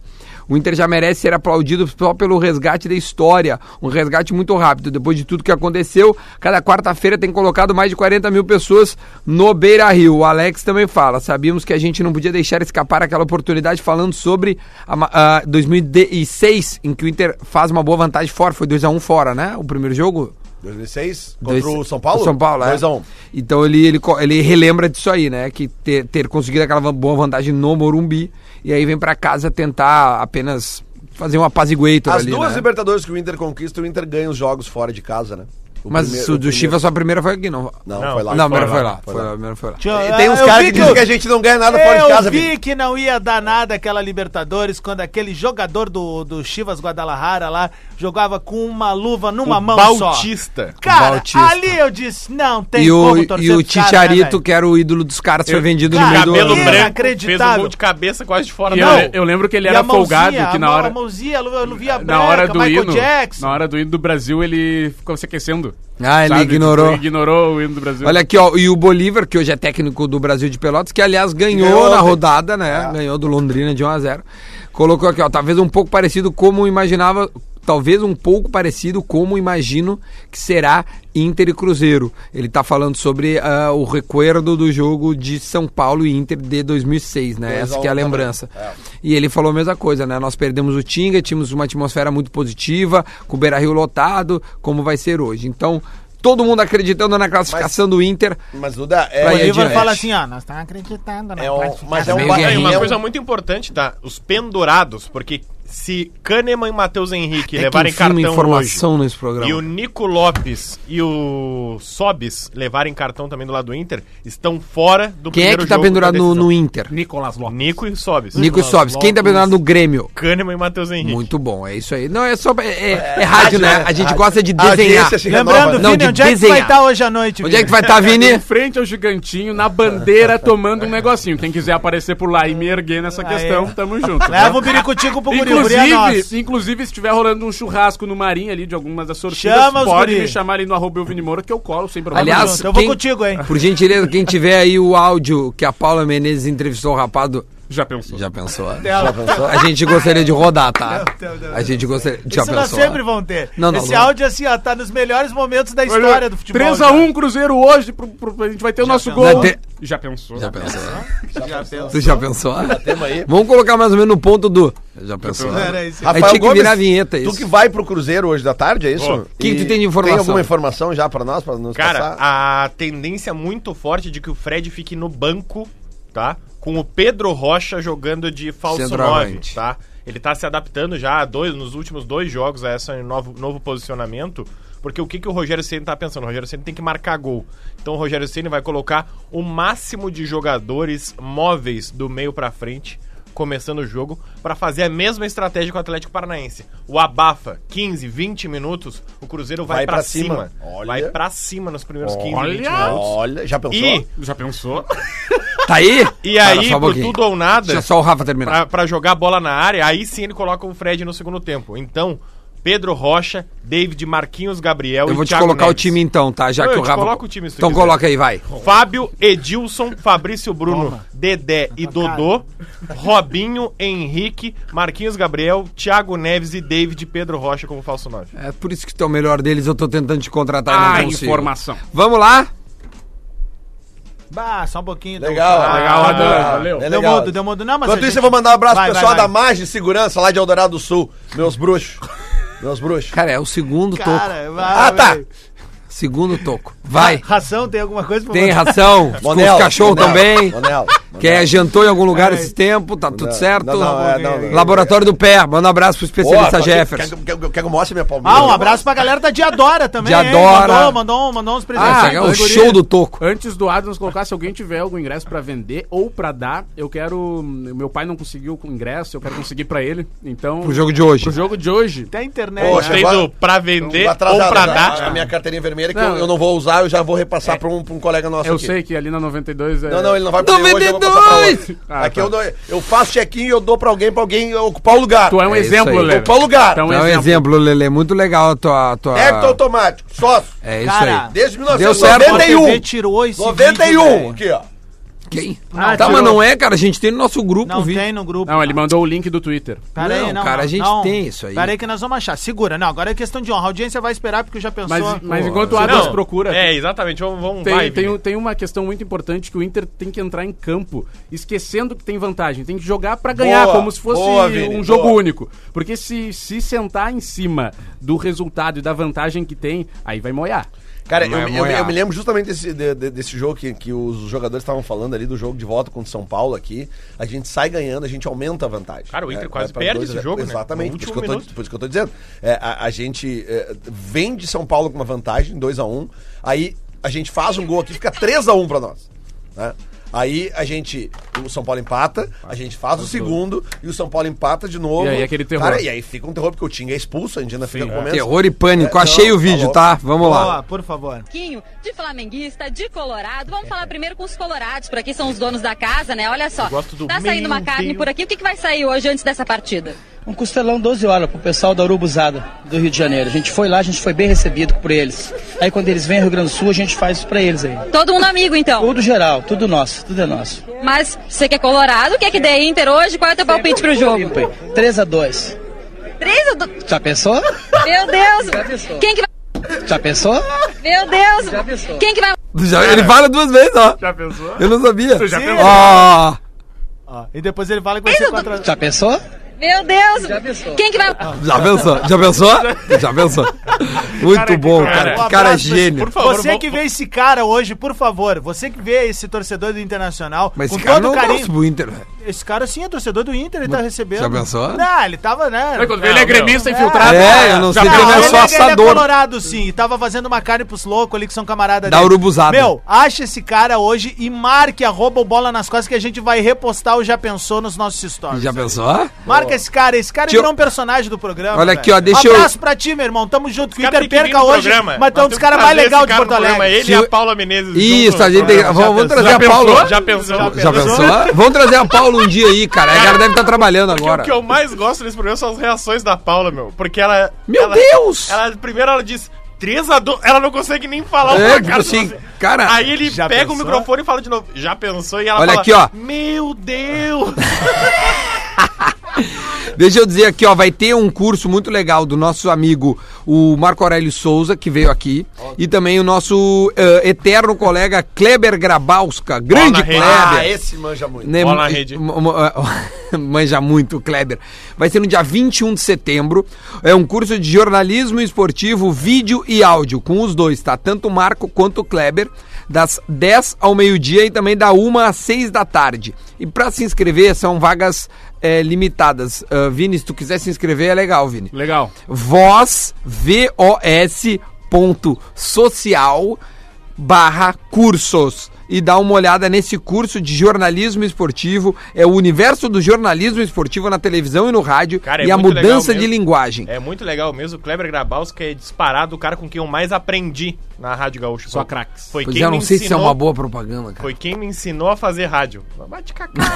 A: O Inter já merece ser aplaudido só pelo resgate da história. Um resgate muito rápido. Depois de tudo que aconteceu, cada quarta-feira tem colocado mais de 40 mil pessoas no Beira Rio. O Alex também fala. Sabíamos que a gente não podia deixar escapar aquela oportunidade falando sobre a ma- ah, a 2006, em que o Inter faz uma boa vantagem fora. Foi 2x1 fora, né? O primeiro jogo?
B: 2006? Contra
A: Dois-
B: o São Paulo?
A: São Paulo, é.
B: 2x1.
A: Então ele, ele, co- ele relembra disso aí, né? Que ter, ter conseguido aquela van- boa vantagem no Morumbi. E aí vem pra casa tentar apenas fazer um apazigueito
B: As
A: ali,
B: duas
A: né?
B: Libertadores que o Inter conquista, o Inter ganha os jogos fora de casa, né? O
A: Mas
B: primeiro-
A: se o
B: o
A: do
B: primeiro-
A: Chivas, sua primeira foi aqui, não?
B: Não,
A: não
B: foi lá.
A: Não, a primeira
B: Foi
A: foi
B: lá,
A: lá.
B: foi
A: Foi
B: lá. Ah,
A: a primeira foi lá.
B: E tem
C: É,
B: uns caras que dizem que é a gente não ganha nada fora de casa,
C: Eu vi
B: Vini.
C: que não ia dar nada aquela Libertadores quando aquele jogador do, do Chivas Guadalajara lá jogava com uma luva numa
B: é
E: O
C: mão só.
E: Bautista.
C: Cara,
A: Bautista.
C: ali eu disse, não tem
A: E o,
C: como
A: e
C: torcer
A: o
C: pros caras, né,
A: Ticharito,
C: velho?
A: que era o ídolo dos caras, foi vendido
C: cara,
A: no meio do
E: Cabelo
A: ano.
C: Inacreditável.
E: branco, fez um gol de cabeça quase de fora
D: E
E: da
D: eu,
B: é
E: área.
D: eu lembro que ele
C: E
D: era
C: a mãozinha,
D: folgado, que
C: a
D: na
C: mão-
D: hora,
C: A mãozinha, a luva- a luvinha branca,
D: na hora do
C: Michael
D: hino,
C: Jackson.
D: na hora do hino do Brasil, ele ficou sem aquecendo.
A: Ah, ele
D: sabe?
A: ignorou.
D: Ele ignorou o hino do Brasil.
A: Olha aqui, ó, e o Bolívar, que hoje é técnico do Brasil de Pelotas, que aliás ganhou,
B: Ganhou
A: na
B: ontem.
A: rodada, né?
E: É.
A: Ganhou do Londrina de 1 a 0. Colocou aqui, ó, talvez um pouco parecido como imaginava, talvez um pouco parecido como imagino que será Inter e Cruzeiro. Ele tá falando sobre ah, o recuerdo do jogo de São Paulo e Inter de 2006, né?
B: Dois a
A: Essa
B: um
A: que é a
B: também.
A: lembrança. E ele falou a mesma coisa, né? Nós perdemos o Tinga, tínhamos uma atmosfera muito positiva, com o Beira-Rio lotado, como vai ser hoje. Então, todo mundo acreditando na classificação do Inter.
B: Mas, Duda, é,
A: Pra
C: O
A: Aí
C: Bolívar
A: adiante.
C: fala assim, ó, nós estamos acreditando na
B: é um,
C: classificação.
B: mas é um
A: Meio
B: ba-
E: Ah, e
A: guerrinha.
E: uma
B: é um-
E: coisa muito importante, tá? Os pendurados, porque se Kahneman e Matheus Henrique
A: Até É que
E: levarem
A: enfim uma
E: cartão
A: informação
E: hoje,
A: nesse programa.
E: e o Nico Lopes e o Sobis levarem cartão também do lado do Inter, estão fora do
A: Quem é que tá
E: jogo da
A: pendurado no,
E: decisão.
A: no Inter?
D: Nicolas Lopes.
E: Nico e Sobis.
A: Nico Sobis. Quem tá pendurado no Grêmio?
E: Kahneman e Matheus Henrique.
A: Muito bom, é isso aí. Não, é só. É, é- é rádio, né? A gente gosta de
B: a
A: desenhar.
B: audiência se renova,
C: Lembrando,
B: né?
A: Não,
C: Vini,
A: de
C: onde é que tu vai
A: desenhar.
C: estar hoje à noite,
A: Onde é que
C: Vini?
A: tu vai estar,
D: Em
A: Vini?
D: frente ao gigantinho, na bandeira, tomando um negocinho. Quem quiser aparecer por lá e me erguer nessa
C: Ah,
D: questão,
C: é.
D: tamo junto. né?
C: Leva o biricutico pro guri, o guri é nosso.
D: Inclusive, inclusive, se estiver rolando um churrasco no Marinho ali de algumas das sortidas,
C: Chama os
D: pode
C: guri.
D: me chamar ali no arroba eu Vini Moura que eu colo sem problema.
A: Aliás,
C: junto, eu vou contigo, hein?
A: Por gentileza, quem tiver aí o áudio que a Paula Menezes entrevistou o rapado.
D: já pensou.
A: Já pensou? Já pensou? A gente gostaria de rodar, tá? A gente gostaria. Já
C: Isso nós
A: pensou?
C: sempre vão ter.
A: Não, não,
C: Esse
A: não.
C: áudio, assim, ó, tá nos melhores momentos da história do futebol. né?
D: 3x1 Cruzeiro hoje, pro, pro- a gente vai ter o nosso
A: pensou?
D: gol.
A: Na te-
D: Já pensou.
A: Já pensou?
B: um.
C: Já pensou.
A: Tu já pensou?
B: Tema aí.
A: Vamos colocar mais ou menos no ponto do. Já pensou?
C: Era isso.
A: Aí tinha que virar a vinheta,
B: tu
A: isso.
B: que vai pro Cruzeiro hoje da tarde, é isso?
E: Vou.
A: Que
B: E
A: que tu tem de informação?
B: Tem alguma informação já pra nós, pra nos
E: Cara,
B: passar?
E: a tendência muito forte é de que o Fred fique no banco, tá? Com o Pedro Rocha jogando de falso
A: Centroavante.
E: 9, tá? Ele tá se adaptando já a dois, nos últimos dois jogos a esse novo, novo posicionamento, porque o que, que o Rogério Ceni tá pensando? O Rogério Ceni tem que marcar gol. Então o Rogério Ceni vai colocar o máximo de jogadores móveis do meio pra frente começando o jogo pra fazer a mesma estratégia que o Atlético Paranaense. O abafa 15, 20 minutos, o Cruzeiro vai,
B: Vai
E: pra,
B: pra
E: cima.
B: cima.
E: Vai
B: Olha.
E: pra cima nos primeiros 15, 20
D: Olha!
E: minutos.
B: Olha, já pensou?
E: E,
D: Já pensou?
A: Tá aí?
E: e
A: Para
E: aí,
A: só um
E: por
A: pouquinho.
E: tudo ou
A: Deixa
E: nada,
A: só um o Rafa terminar.
E: pra, pra jogar a bola na área, aí sim ele coloca o Fred no segundo tempo. Então, Pedro Rocha, David Marquinhos, Gabriel
A: Eu vou te
E: Thiago
A: colocar o
E: Neves.
A: time então, tá? Já
E: Não,
A: que
E: eu
A: o
E: te
A: Rafa.
E: coloco o time se tu
A: então
E: quiser.
A: coloca aí, vai.
E: Fábio, Edilson, Fabrício Bruno, Dedé e Dodô, Robinho, Henrique, Marquinhos Gabriel, Thiago Neves e David Pedro Rocha como falso 9.
A: É por isso que tu é o melhor deles, Tá, eu tô tentando te contratar e
D: Ah,
A: não consigo.
D: informação.
A: Vamos lá?
C: Bah, só um pouquinho.
B: Legal,
C: Ah,
B: legal,
D: Adam,
B: legal.
D: valeu.
B: É
C: Deu
B: legal.
C: mudo, deu mudo. Não, mas
B: Enquanto
C: a
B: isso,
C: gente-
B: eu vou mandar um abraço
C: Vai,
B: pro
C: vai,
B: pessoal
C: vai.
B: da Margem Segurança, lá de Eldorado do Sul. Meus bruxos. Meus bruxos.
A: Cara, é o segundo toco.
C: Cara, vai,
B: Ah, tá.
C: velho.
A: Segundo toco. Vai.
C: Ração, tem alguma coisa pra
A: Tem
C: mandar?
A: ração, com os cachorros
B: Monel,
A: também.
B: Monel, Monel.
A: Quer jantou em algum lugar esse tempo, tá tudo certo?
B: Não, não, é, não, não.
A: Laboratório do Pé, manda um abraço pro especialista
B: Ó,
A: Jefferson.
B: Quer, quer, quer, quer que eu mostre minha palmeira?
C: Ah, um abraço pra galera da Diadora também. hein?
A: Diadora.
C: Mandou, mandou, mandou uns presentes.
A: Ah, é o
D: guri.
A: show do toco.
D: Antes do Adams colocar, se alguém tiver algum ingresso pra vender ou pra dar, eu quero. Meu pai não conseguiu o ingresso, eu quero conseguir pra ele. Então.
A: Pro jogo de hoje.
D: pro jogo de hoje.
C: Até a internet. né?
B: Poxa,
E: Gostei
B: agora-
E: do pra vender
B: Tô
E: ou pra
B: né?
E: dar.
B: A minha carteirinha vermelha que
D: Não.
B: eu, eu não vou usar, eu já vou repassar pra, um, pra um colega nosso
D: Eu
B: aqui.
D: sei que ali na 92 é.
B: Não, não, ele não vai poder hoje, eu vou passar pra outro.
A: 92!
D: Ah,
B: Aqui
D: tá.
B: eu, dou- eu faço check-in e eu dou pra alguém, pra alguém ocupar o lugar.
D: Tu é um
A: É isso
D: exemplo,
A: aí.
D: Lele.
B: Ocupar o lugar.
D: Tu
A: É um exemplo, Lele. Muito legal a tua. a tua...
B: Débito automático, sócio.
A: É isso
C: Cara,
A: aí.
B: Desde
A: Deu certo.
C: A TV
B: 1991.
C: tirou esse vídeo,
B: 91,
C: velho.
B: aqui ó.
A: quem?
C: Ah,
A: tá,
C: tirou.
A: mas não é, cara. A gente tem no nosso grupo
C: Não
A: o vídeo.
C: tem no grupo.
D: Não, ele mandou o link do Twitter.
C: Pera
A: Não,
C: aí, não,
A: cara,
C: não,
A: a gente
C: não.
A: tem isso aí.
C: Pera aí que nós vamos achar. Segura, não. Agora é questão de honra. A audiência vai esperar porque já pensou.
D: Mas, mas
A: Pô,
D: enquanto o
A: não.
D: Adams procura.
E: É, exatamente. Vamos, vamos
D: Tem,
E: vai,
D: tem,
E: Vini.
D: um- tem uma questão muito importante que o Inter tem que entrar em campo esquecendo que tem vantagem. Tem que jogar pra ganhar,
B: Boa,
D: como se fosse
B: boa, Vini,
D: um jogo
B: boa.
D: único. Porque se, se sentar em cima do resultado e da vantagem que tem, aí vai moiar.
B: Cara, eu,
E: é
A: Mas
B: eu- eu-
A: moiar.
B: eu me lembro justamente desse, de- de- desse jogo que, que os jogadores estavam falando ali, do jogo de volta contra o São Paulo aqui. A gente sai ganhando, a gente aumenta a vantagem.
E: Cara, o Inter
B: É,
E: quase
B: vai pra
E: perde
B: dois a
E: esse
B: zero.
E: jogo, né?
B: Exatamente,
E: No
B: por, isso
E: último
B: que eu tô,
E: minuto.
B: por isso que eu tô dizendo. É, a, a gente é, vem de São Paulo com uma vantagem, 2x1, aí a gente faz um gol aqui, fica 3x1 pra nós. né? Aí a gente. O São Paulo empata, a gente faz o segundo e o São Paulo empata de novo.
D: E aí aquele terror.
B: Cara, e aí fica um terror, porque o Tinga é expulso, a gente ainda fica com menos.
A: Terror e pânico.
B: É,
A: Achei
B: não,
A: o vídeo,
B: falou.
A: tá? Vamos
C: Ó,
A: lá.
C: por favor.
J: pouquinho de flamenguista, de colorado. Vamos falar primeiro com os colorados, por aqui são os donos da casa, né? Olha só,
E: gosto do
J: tá saindo uma
E: meu
J: carne
E: Deus.
J: por aqui. O que, que vai sair hoje antes dessa partida?
K: Um costelão 12 horas pro pessoal da Urubuzada, do Rio de Janeiro. A gente foi lá, a gente foi bem recebido por eles. Aí quando eles vêm ao Rio Grande do Sul, a gente faz isso pra eles aí.
J: Todo mundo amigo, então.
K: Tudo geral, tudo nosso, tudo é nosso.
J: Mas você que é colorado, o que é que dê Inter hoje? Qual é o teu palpite pro jogo?
K: 3x2.
J: Três ou do...
K: Já pensou?
J: Meu Deus!
K: pensou.
J: Quem que vai...
K: Já pensou?
J: Meu Deus! Quem que vai...
A: Já- ele fala duas vezes, ó. Já pensou? Eu não sabia.
D: já
A: Sim.
D: pensou?
A: Ó.
C: Ó, e depois ele fala que vai ser
J: Pedro do-
C: 4
K: Já pensou?
J: Meu Deus!
K: pensou.
J: Quem que vai...
A: Já pensou? Já pensou? Já pensou? Muito
E: Cara, que
A: bom,
E: cara.
A: cara.
E: Um
A: Que cara
C: abraço pra esse-
A: gênio.
E: Por favor,
C: você
E: vou-
C: que vê esse cara hoje, por favor, você que vê esse torcedor do Internacional,
A: Mas
C: com
A: esse cara
C: todo
A: não né?
C: o
A: torce
C: carinho.
A: pro Inter, velho.
C: Esse cara sim é torcedor do Inter, ele tá recebendo.
A: já pensou?
C: Não, ele tava, né?
D: Quando vê, ele é gremista infiltrado.
A: É, eu não sei
C: Não,
A: se ele é só
C: ele, ele é
A: assador.
C: colorado, sim. E tava fazendo uma carne pros loucos ali que são camarada
A: Da urubuzada.
C: Meu, acha esse cara hoje e marque arroba o bola nas costas que a gente vai repostar o Já Pensou nos nossos stories.
A: Já pensou?
C: Marca esse cara, esse cara
A: Tio-
C: virou um personagem do programa. Um
A: Olha aqui, ó, deixa eu-
C: Abraço pra ti, meu irmão. Tamo junto. Que o
E: Cara,
C: Inter
E: tem que vir
C: perca
E: no
C: hoje,
E: programa.
C: mas tu é um
E: Nós
C: dos
E: temos
C: caras
E: que
C: mais
E: trazer
C: legais
E: esse
C: de
E: cara
C: Porto
E: no programa,
C: Alegre.
E: Ele e
A: Se-
E: a Paula Menezes.
A: Isso,
E: juntos.
A: a gente tem.
C: Já
A: Vamos, vamos
C: pensou?
A: trazer
E: Já
A: a Paula.
E: pensou? Já pensou?
C: Já
A: Já
C: pensou?
A: pensou? Vamos trazer a Paula um dia aí, cara. A galera deve estar trabalhando
E: O
A: agora.
E: que eu mais gosto nesse programa são as reações da Paula, meu. Porque ela.
A: Meu
E: ela-
A: Deus!
E: Ela, primeiro ela diz 3x2. Ela não consegue nem falar
A: É,
E: placar
A: assim,
E: do-
A: cara,
E: Aí ele
C: já
E: pega o
C: pensou?
E: microfone e fala de novo. Já pensou? E ela
A: Olha
E: fala,
A: aqui, ó.
E: Meu Deus!
A: Deixa eu dizer aqui, ó, vai ter um curso muito legal do nosso amigo, o Marco Aurélio Souza, que veio aqui, e também o nosso eh, eterno colega Kleber Grabowska, grande
E: rede.
A: Kleber.
B: Ah, esse manja muito.
A: né,
E: Bola na
A: eh,
E: rede.
A: mo- mo- eh, manja muito, Kleber. Vai ser no dia 21 de setembro. É um curso de jornalismo esportivo, vídeo e áudio, com os dois, tá? Tanto o Marco quanto o Kleber, das 10 ao meio-dia e também da 1 às 6 da tarde. E pra se inscrever, são vagas eh, limitadas. Ah, Vini, se tu quiser se inscrever, é legal, Vini.
D: Legal.
A: Voz, V-O-S, ponto, social, barra, cursos. E dá uma olhada nesse curso de jornalismo esportivo. É o universo do jornalismo esportivo na televisão e no rádio.
E: Cara, é
A: e a
E: muito legal
A: mudança de
E: mesmo.
A: linguagem.
E: É muito legal mesmo. O Kleber Grabowski é disparado o cara com quem eu mais aprendi na Rádio Gaúcho.
D: Só craques.
E: Foi
A: Pois
E: quem
A: é, eu não
E: me
A: sei se é
E: ensinou-
A: uma boa propaganda, cara.
E: Foi quem me ensinou a fazer rádio. Bate cacá.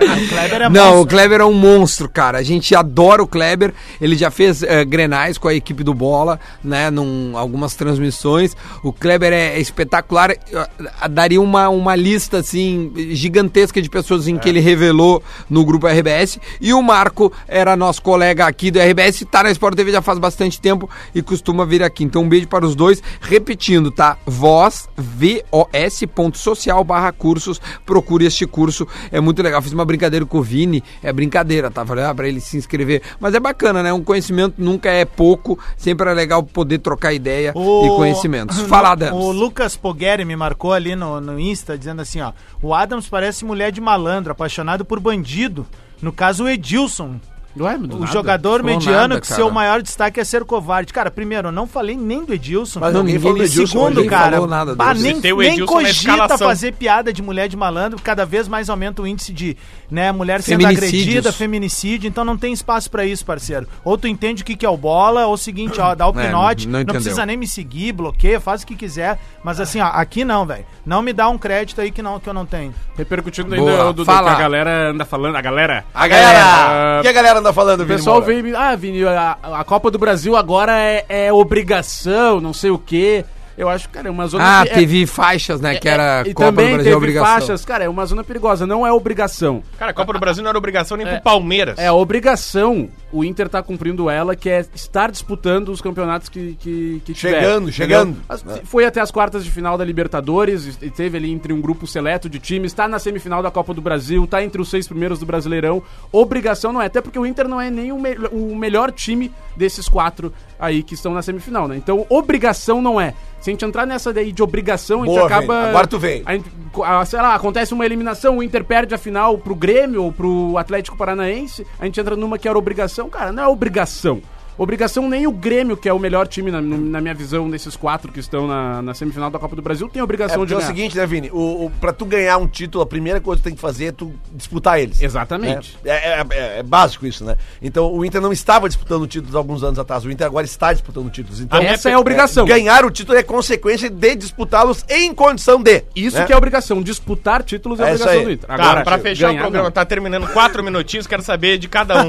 C: Kleber é
A: Não, o
C: monstro.
A: Kleber é um monstro, cara. A gente adora o Kleber. Ele já fez eh, grenais com a equipe do Bola, né? Num, algumas transmissões. O Kleber é, é espetacular. Eu, ah, daria uma, uma lista, assim, gigantesca de pessoas
C: É.
A: em que ele revelou no grupo RBS. E o Marco era nosso colega aqui do RBS, tá na Sport TV já faz bastante tempo e costuma vir aqui. Então, um beijo para os dois. Repetindo, tá? Voz, V-O-S, ponto social, barra cursos. Procure este curso, é muito legal. Fiz uma brincadeira com o Vini, é brincadeira, tá? Falei, ah, pra ele se inscrever. Mas é bacana, né? Um conhecimento nunca é pouco, sempre é legal poder trocar ideia e conhecimentos. Fala,
C: O
A: Adams.
C: Lucas Pogueri me marcou ali no, no Insta dizendo assim, ó. O Adams parece mulher de malandro, apaixonado por bandido. No caso, o Edilson.
D: Não é, do
C: O
D: nada.
C: jogador
A: Falou
C: mediano
A: nada,
C: que
A: cara.
C: seu maior destaque é ser covarde. Cara, primeiro, eu não falei nem do Edilson.
B: Mas
A: Não,
B: alguém
A: ninguém
B: falou do
C: E
A: Edilson,
B: Edilson.
C: segundo,
B: hoje.
A: ninguém
C: cara,
A: falou nada do
C: bah,
A: Edilson.
C: nem,
E: Se tem o
C: nem
E: Edilson na
C: cogita
E: escalação.
C: fazer piada de mulher de malandro, cada vez mais aumenta o índice de né, mulher sendo
A: Feminicídios.
C: agredida, feminicídio, então não tem espaço pra isso, parceiro. Ou tu entende o que, que é o bola, ou o seguinte, ó, dá o
A: É,
C: pinote,
A: não
C: não,
A: entendeu.
C: precisa nem me seguir, bloqueia, faz o que quiser, mas assim, ó, aqui não, velho. Não me dá um crédito aí que, não, que eu não tenho.
D: Repercutindo
A: Boa,
D: ainda o do, do que
A: fala.
D: a galera anda falando. A galera.
B: A galera!
D: Ah,
B: O que a galera anda falando,
D: O
B: Vini
D: pessoal
B: Moura?
D: veio me. Ah, Vini, a, a Copa do Brasil agora é, é obrigação, não sei o quê. Eu acho, cara, é uma zona.
A: Ah,
D: que é-
A: teve faixas, né? Que era
D: e
A: Copa do
D: também
A: Brasil
D: teve
A: obrigação.
D: faixas, cara, é uma zona perigosa, não é obrigação.
E: Cara, a Copa
A: Ah,
E: do Brasil não era obrigação nem
D: É.
E: pro Palmeiras.
D: É a obrigação, o Inter tá cumprindo ela, que é estar disputando os campeonatos que, que, que tiver,
B: Chegando,
D: entendeu?
B: chegando.
D: As- Foi até as quartas de final da Libertadores, e teve ali entre um grupo seleto de times, tá na semifinal da Copa do Brasil, tá entre os seis primeiros do Brasileirão. Obrigação não é, até porque o Inter não é nem o, me- o melhor time desses quatro aí que estão na semifinal, né? Então, obrigação não é. Se a gente entrar nessa daí de obrigação, a gente
B: Boa,
D: acaba.
B: Vini. Agora tu vem.
D: A gente- a- sei lá, acontece uma eliminação, o Inter perde a final pro Grêmio ou pro Atlético Paranaense, a gente entra numa que era obrigação. Cara, não é obrigação. Obrigação nem o Grêmio, que é o melhor time, na, na minha visão, desses quatro que estão na, na semifinal da Copa do Brasil, tem
B: É,
D: obrigação
B: porque
D: de
B: é o
D: ganhar.
B: seguinte, né, Vini? O, o, pra tu ganhar um título, a primeira coisa que tu tem que fazer é tu disputar eles.
D: Exatamente.
B: né? É, é- é- é básico isso, né? Então o Inter não estava disputando títulos alguns anos atrás. O Inter agora está disputando títulos. Então,
D: Essa é a obrigação.
B: ganhar o título é consequência de disputá-los em condição de.
D: Isso
B: né?
D: que é obrigação, disputar títulos é,
B: É isso
D: obrigação
B: aí.
D: do Inter.
E: Tá, pra fechar
D: ganhar,
E: o
A: né?
E: programa,
D: não.
E: tá terminando quatro minutinhos, quero saber de cada um.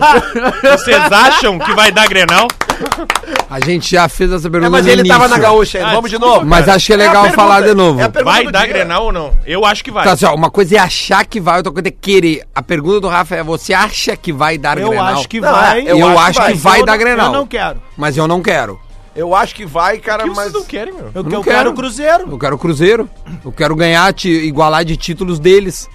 E: Vocês acham que vai dar Grenal?
A: A gente já fez essa pergunta
B: É, mas
A: no
B: ele
A: início.
B: tava na gaúcha,
E: Ah,
B: vamos de
E: desculpa,
B: novo.
A: Mas
B: cara.
A: acho que é
B: a
A: legal
B: pergunta,
A: falar de novo.
B: É a pergunta
E: Vai
B: do
E: dar
B: dia.
E: Grenal ou não? Eu acho que vai.
A: Tá, assim, ó, uma coisa é achar que vai, outra coisa é querer. A pergunta do Rafa é: você acha que vai dar
C: Eu
A: Grenal?
C: acho que
B: Não,
C: vai.
B: é,
A: Eu, acho que
B: mas
A: vai
C: eu
A: dar
C: não-
A: Grenal.
C: Eu não quero.
A: Mas eu não quero.
B: Eu acho que vai, cara,
E: que
B: mas.
E: vocês não querem, meu?
C: Eu,
A: não
C: eu
A: quero.
C: quero o Cruzeiro.
A: Eu quero o Cruzeiro. Eu quero ganhar, ti- igualar de títulos deles.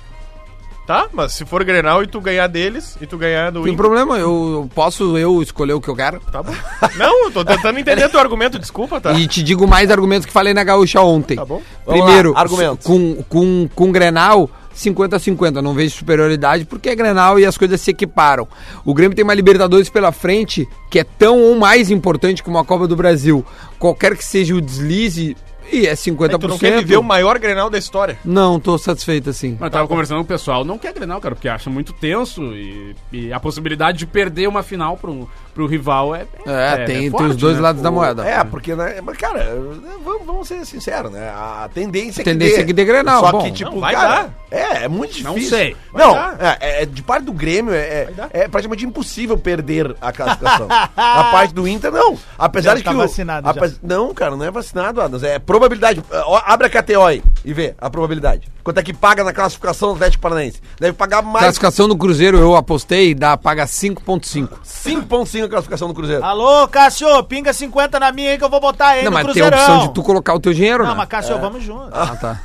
E: Tá, mas se for Grenal e tu ganhar deles, e tu ganhar do
A: Não tem
E: Inter...
A: problema, eu eu posso eu escolher o que eu quero.
E: Tá bom. Não, eu tô tentando entender teu argumento, desculpa, tá?
A: E te digo mais argumentos que falei na gaúcha ontem.
E: Tá bom.
B: Vamos
A: Primeiro,
B: lá, argumentos.
A: com, com, com Grenal, 50-50. Não vejo superioridade porque é Grenal e as coisas se equiparam. O Grêmio tem uma Libertadores pela frente que é tão ou mais importante como a Copa do Brasil. Qualquer que seja o deslize, e é 50%.
E: Aí tu não quer viver o maior Grenal da história.
A: Não, tô satisfeito assim.
D: Mas eu tava conversando com o pessoal, não quer Grenal, cara, porque acha muito tenso e, e a possibilidade de perder uma final pro, pro rival é.
A: É, tem, tem os
D: forte,
A: dois
D: né?
A: lados da moeda.
B: É, porque, né? Mas, cara, vamos, vamos ser sinceros, né? A tendência,
A: Tendência é que dê Grenal,
B: Só
A: bom.
B: que, tipo,
E: Não, vai
B: cara.
E: dar.
B: É, é muito difícil.
D: Não sei.
E: Vai
B: não,
E: dar.
B: é, é, de parte do Grêmio, é,
E: Vai dar.
B: é, é praticamente impossível perder a classificação. a parte do Inter, não. Apesar
C: Já
B: de que.
C: tá
B: o,
C: vacinado,
B: apes- Não, cara, não é vacinado, Adams. É probabilidade. Ó, Abre a KTO aí e vê a probabilidade. Quanto é que paga na classificação do Atlético Paranaense? Deve pagar mais
A: Classificação do Cruzeiro eu apostei, dá, paga 5,5.
B: 5,5 a classificação do Cruzeiro.
C: Alô, Cássio, pinga 50 na minha aí que eu vou botar ele
A: Não,
C: no
A: mas tem a
C: Cruzeirão.
A: opção de tu colocar o teu dinheiro,
C: Não,
A: né?
C: mas
L: É.
C: Cássio, vamos junto.
A: Ah, tá.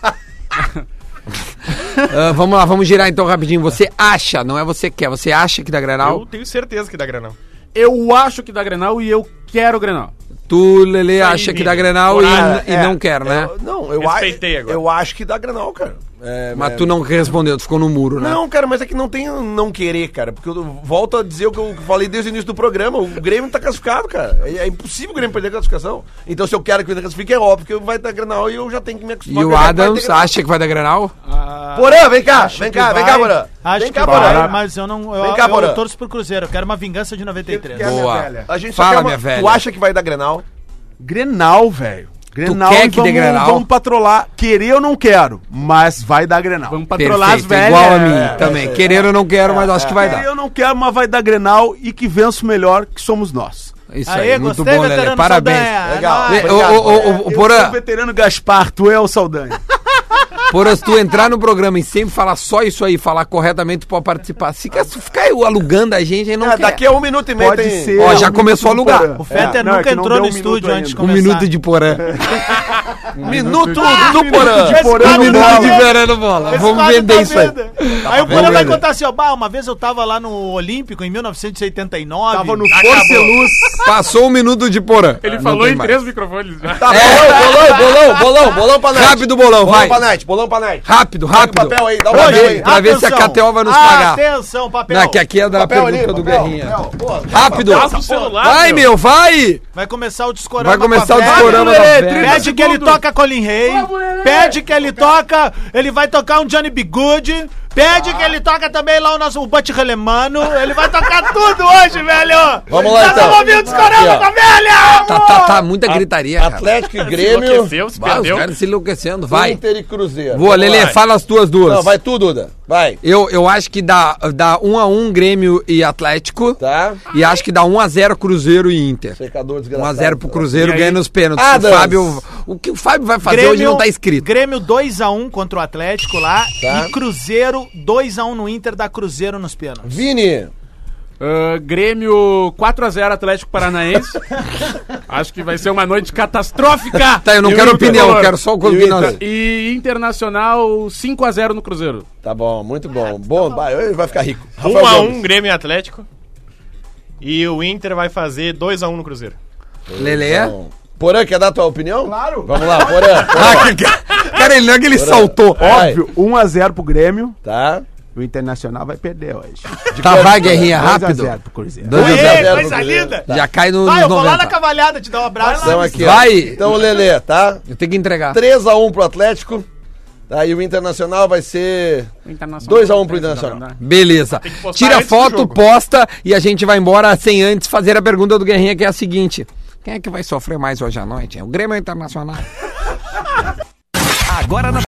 A: Ah, vamos lá, vamos girar então rapidinho. Você acha, não é você quer, você acha que dá Grenal?
E: Eu tenho certeza que dá Grenal.
D: Eu acho que dá Grenal e eu quero Grenal.
A: Tu, Lele,
E: aí,
A: acha que
E: Vini.
A: dá Grenal e,
L: Ah,
B: Cara,
A: e
B: é,
A: não quer, né?
B: eu- não, eu
E: Respeitei
B: acho.
E: agora.
B: Eu acho que dá Grenal, cara. É,
A: Mas
B: é-
A: tu não respondeu, tu ficou no muro, né?
B: Não, cara, mas é que não tem não querer, cara. Porque eu volto a dizer o que eu falei desde o início do programa. O Grêmio tá classificado, cara. É, é impossível o Grêmio perder a classificação. Então, se eu quero que o Inter classifique, é óbvio que vai dar Grenal e eu já tenho que me acostumar.
A: E o
B: que vai ter
A: Adams
B: Grenal.
A: acha que vai dar Grenal?
B: Porã, vem cá, vem
C: que
B: cá, vem
C: vai,
B: cá, Porã.
C: Acho
B: vem
C: que
B: cá,
C: vai,
B: Porã.
C: mas eu não. Eu,
B: Vem cá,
C: eu
B: Porã.
C: torço pro Cruzeiro, eu quero uma vingança de 93.
L: é
A: minha
C: Boa.
A: velha?
B: A gente só
A: Fala,
B: quer uma...
A: minha velha.
B: Tu acha que vai dar Grenal?
L: Grenal, velho. Grenal,
A: quer que
L: vamos,
A: dê Grenal?
L: vamos patrolar. Querer eu não quero, mas vai dar Grenal.
D: Vamos patrolar as velhas.
A: igual a mim
B: é,
A: também.
B: é,
A: Querer eu não quero, mas acho que vai
L: Querer é.
A: dar.
L: eu não quero, mas vai dar Grenal e que vença o melhor, que somos nós.
A: Isso aí,
C: Aê,
A: muito
C: gostei,
A: bom, Lele.
C: veterano
A: Parabéns.
C: Saldanha. Ah,
B: Legal.
A: Lê, Ô,
B: Obrigado.
A: ô, ô, ô, ô, Porã,
L: o veterano Gaspar, tu é o Saldanha.
A: Porã, se tu entrar no programa e sempre falar só isso aí, falar corretamente, tu pode participar. Se quer- se ficar eu alugando a gente, aí não
B: Ah,
A: quer.
B: daqui a um minuto e meio
L: Pode
B: tem...
L: ser.
A: Ó, já
L: um
A: começou
L: minuto
A: a
L: do
A: alugar.
L: Porã.
C: O Fetter
L: É, não, é
C: nunca
L: que não
C: entrou
L: deu
C: no
L: um
C: estúdio
L: minuto
C: antes de
A: Um
L: ainda.
C: começar.
A: minuto de Porã.
B: Minuto do Porã.
L: de Porã
A: Um
L: no
A: minuto
L: Bola.
A: de verano bola.
C: Esse
A: Vamos
C: quadro
A: vender
C: tá
A: isso aí.
C: vendo. Aí o Porã vai
A: vender.
C: contar assim, ó, bah, uma vez eu tava lá no Olímpico em 1989.
L: Tava no
E: Acabou.
L: Porceluz.
A: Passou um minuto de Porã.
D: Ele
A: Ah, Não
D: falou
A: tem
D: em
A: mais. É.
D: três microfones. né?
B: Tá, bolão, bolão, bolão, bolão, bolão pra night.
A: Rápido, bolão,
B: Bolão
A: vai.
B: pra night, bolão pra night.
A: Rápido,
B: Pega
A: rápido.
B: o papel aí, dá o
A: Pra
B: papel
A: ver-
B: aí.
A: Pra ver se a
C: Atenção.
A: KTO vai nos pagar.
C: Atenção, papel.
A: Não, que aqui é da
B: Papel
A: pergunta
B: ali,
A: do
B: papel,
A: Guerrinha.
B: papel, porra.
A: Rápido.
E: Passa o celular,
A: Vai,
E: meu.
A: meu, vai.
C: Vai começar o discorama.
A: Vai começar
C: com
A: o
C: a Vera.
A: discorama da Vera.
C: Pede que ele toca Colin Hay, pede que ele toca, ele vai tocar um Johnny B. Good, pede que ele toca também lá o nosso o Butch Relemano, ele vai tocar tudo hoje, velho!
B: Vamos lá,
C: Nós
B: então.
C: vamos ouvir o
B: Aqui, ó.
C: discorama da velha!
A: Tá, tá, tá. Muita gritaria,
B: ah,
A: cara.
B: Atlético e Grêmio,
E: Enlouqueceu, se
A: Vai, os
E: perdeu.
A: caras se enlouquecendo. Vai.
B: Inter e Cruzeiro.
A: Boa, Lele, fala as tuas duas.
B: Não, vai tu, Duda. Vai.
A: Eu, eu acho que dá, dá 1 a 1 Grêmio e Atlético.
B: Tá?
A: E acho que dá 1 a 0 Cruzeiro e Inter.
B: Secador desgraçado.
A: 1x0 pro Cruzeiro, ganha nos pênaltis.
B: Adams.
A: O Fábio, O que o Fábio vai fazer hoje não tá escrito.
C: Grêmio 2x1 contra o Atlético lá.
A: Tá.
C: E Cruzeiro 2x1 no Inter, dá Cruzeiro nos pênaltis.
B: Vini!
D: Ah, Grêmio 4x0 Atlético Paranaense. Acho que vai ser uma noite catastrófica.
A: Tá, eu não
D: E o
A: quero
D: Inter-
A: opinião, eu quero só o opinião.
D: E Internacional 5x0 no Cruzeiro.
B: Tá bom, muito bom. tá Bom, vai, vai ficar rico.
E: 1x1 Grêmio e Atlético. E o Inter vai fazer 2x1 no Cruzeiro.
A: Lelê?
B: Tá Porã, quer dar tua opinião? Claro. Vamos lá, Porã.
H: Cara, ele não é que ele saltou.
B: Vai.
H: Óbvio, 1x0 pro Grêmio.
B: Tá.
H: O Internacional vai perder hoje.
A: Tá, vai, Guerrinha, rápido.
H: 2x0 pro Cruzeiro.
A: 2 a 0.
C: Ei, coisa linda!
A: Já cai no
C: Vai, Ah, eu vou lá
A: 90.
C: na cavalhada te dar um abraço.
B: Então aqui, ó.
A: Vai.
B: Então, Lelê, tá?
A: Eu tenho que entregar.
B: 3x1 pro Atlético. Tá, e o Internacional vai ser 2x1 pro Internacional.
A: Beleza. Tira foto, posta e a gente vai embora sem antes fazer a pergunta do Guerrinha, que é a seguinte: Quem é que vai sofrer mais hoje à noite? É o Grêmio ou o Internacional?
M: Agora na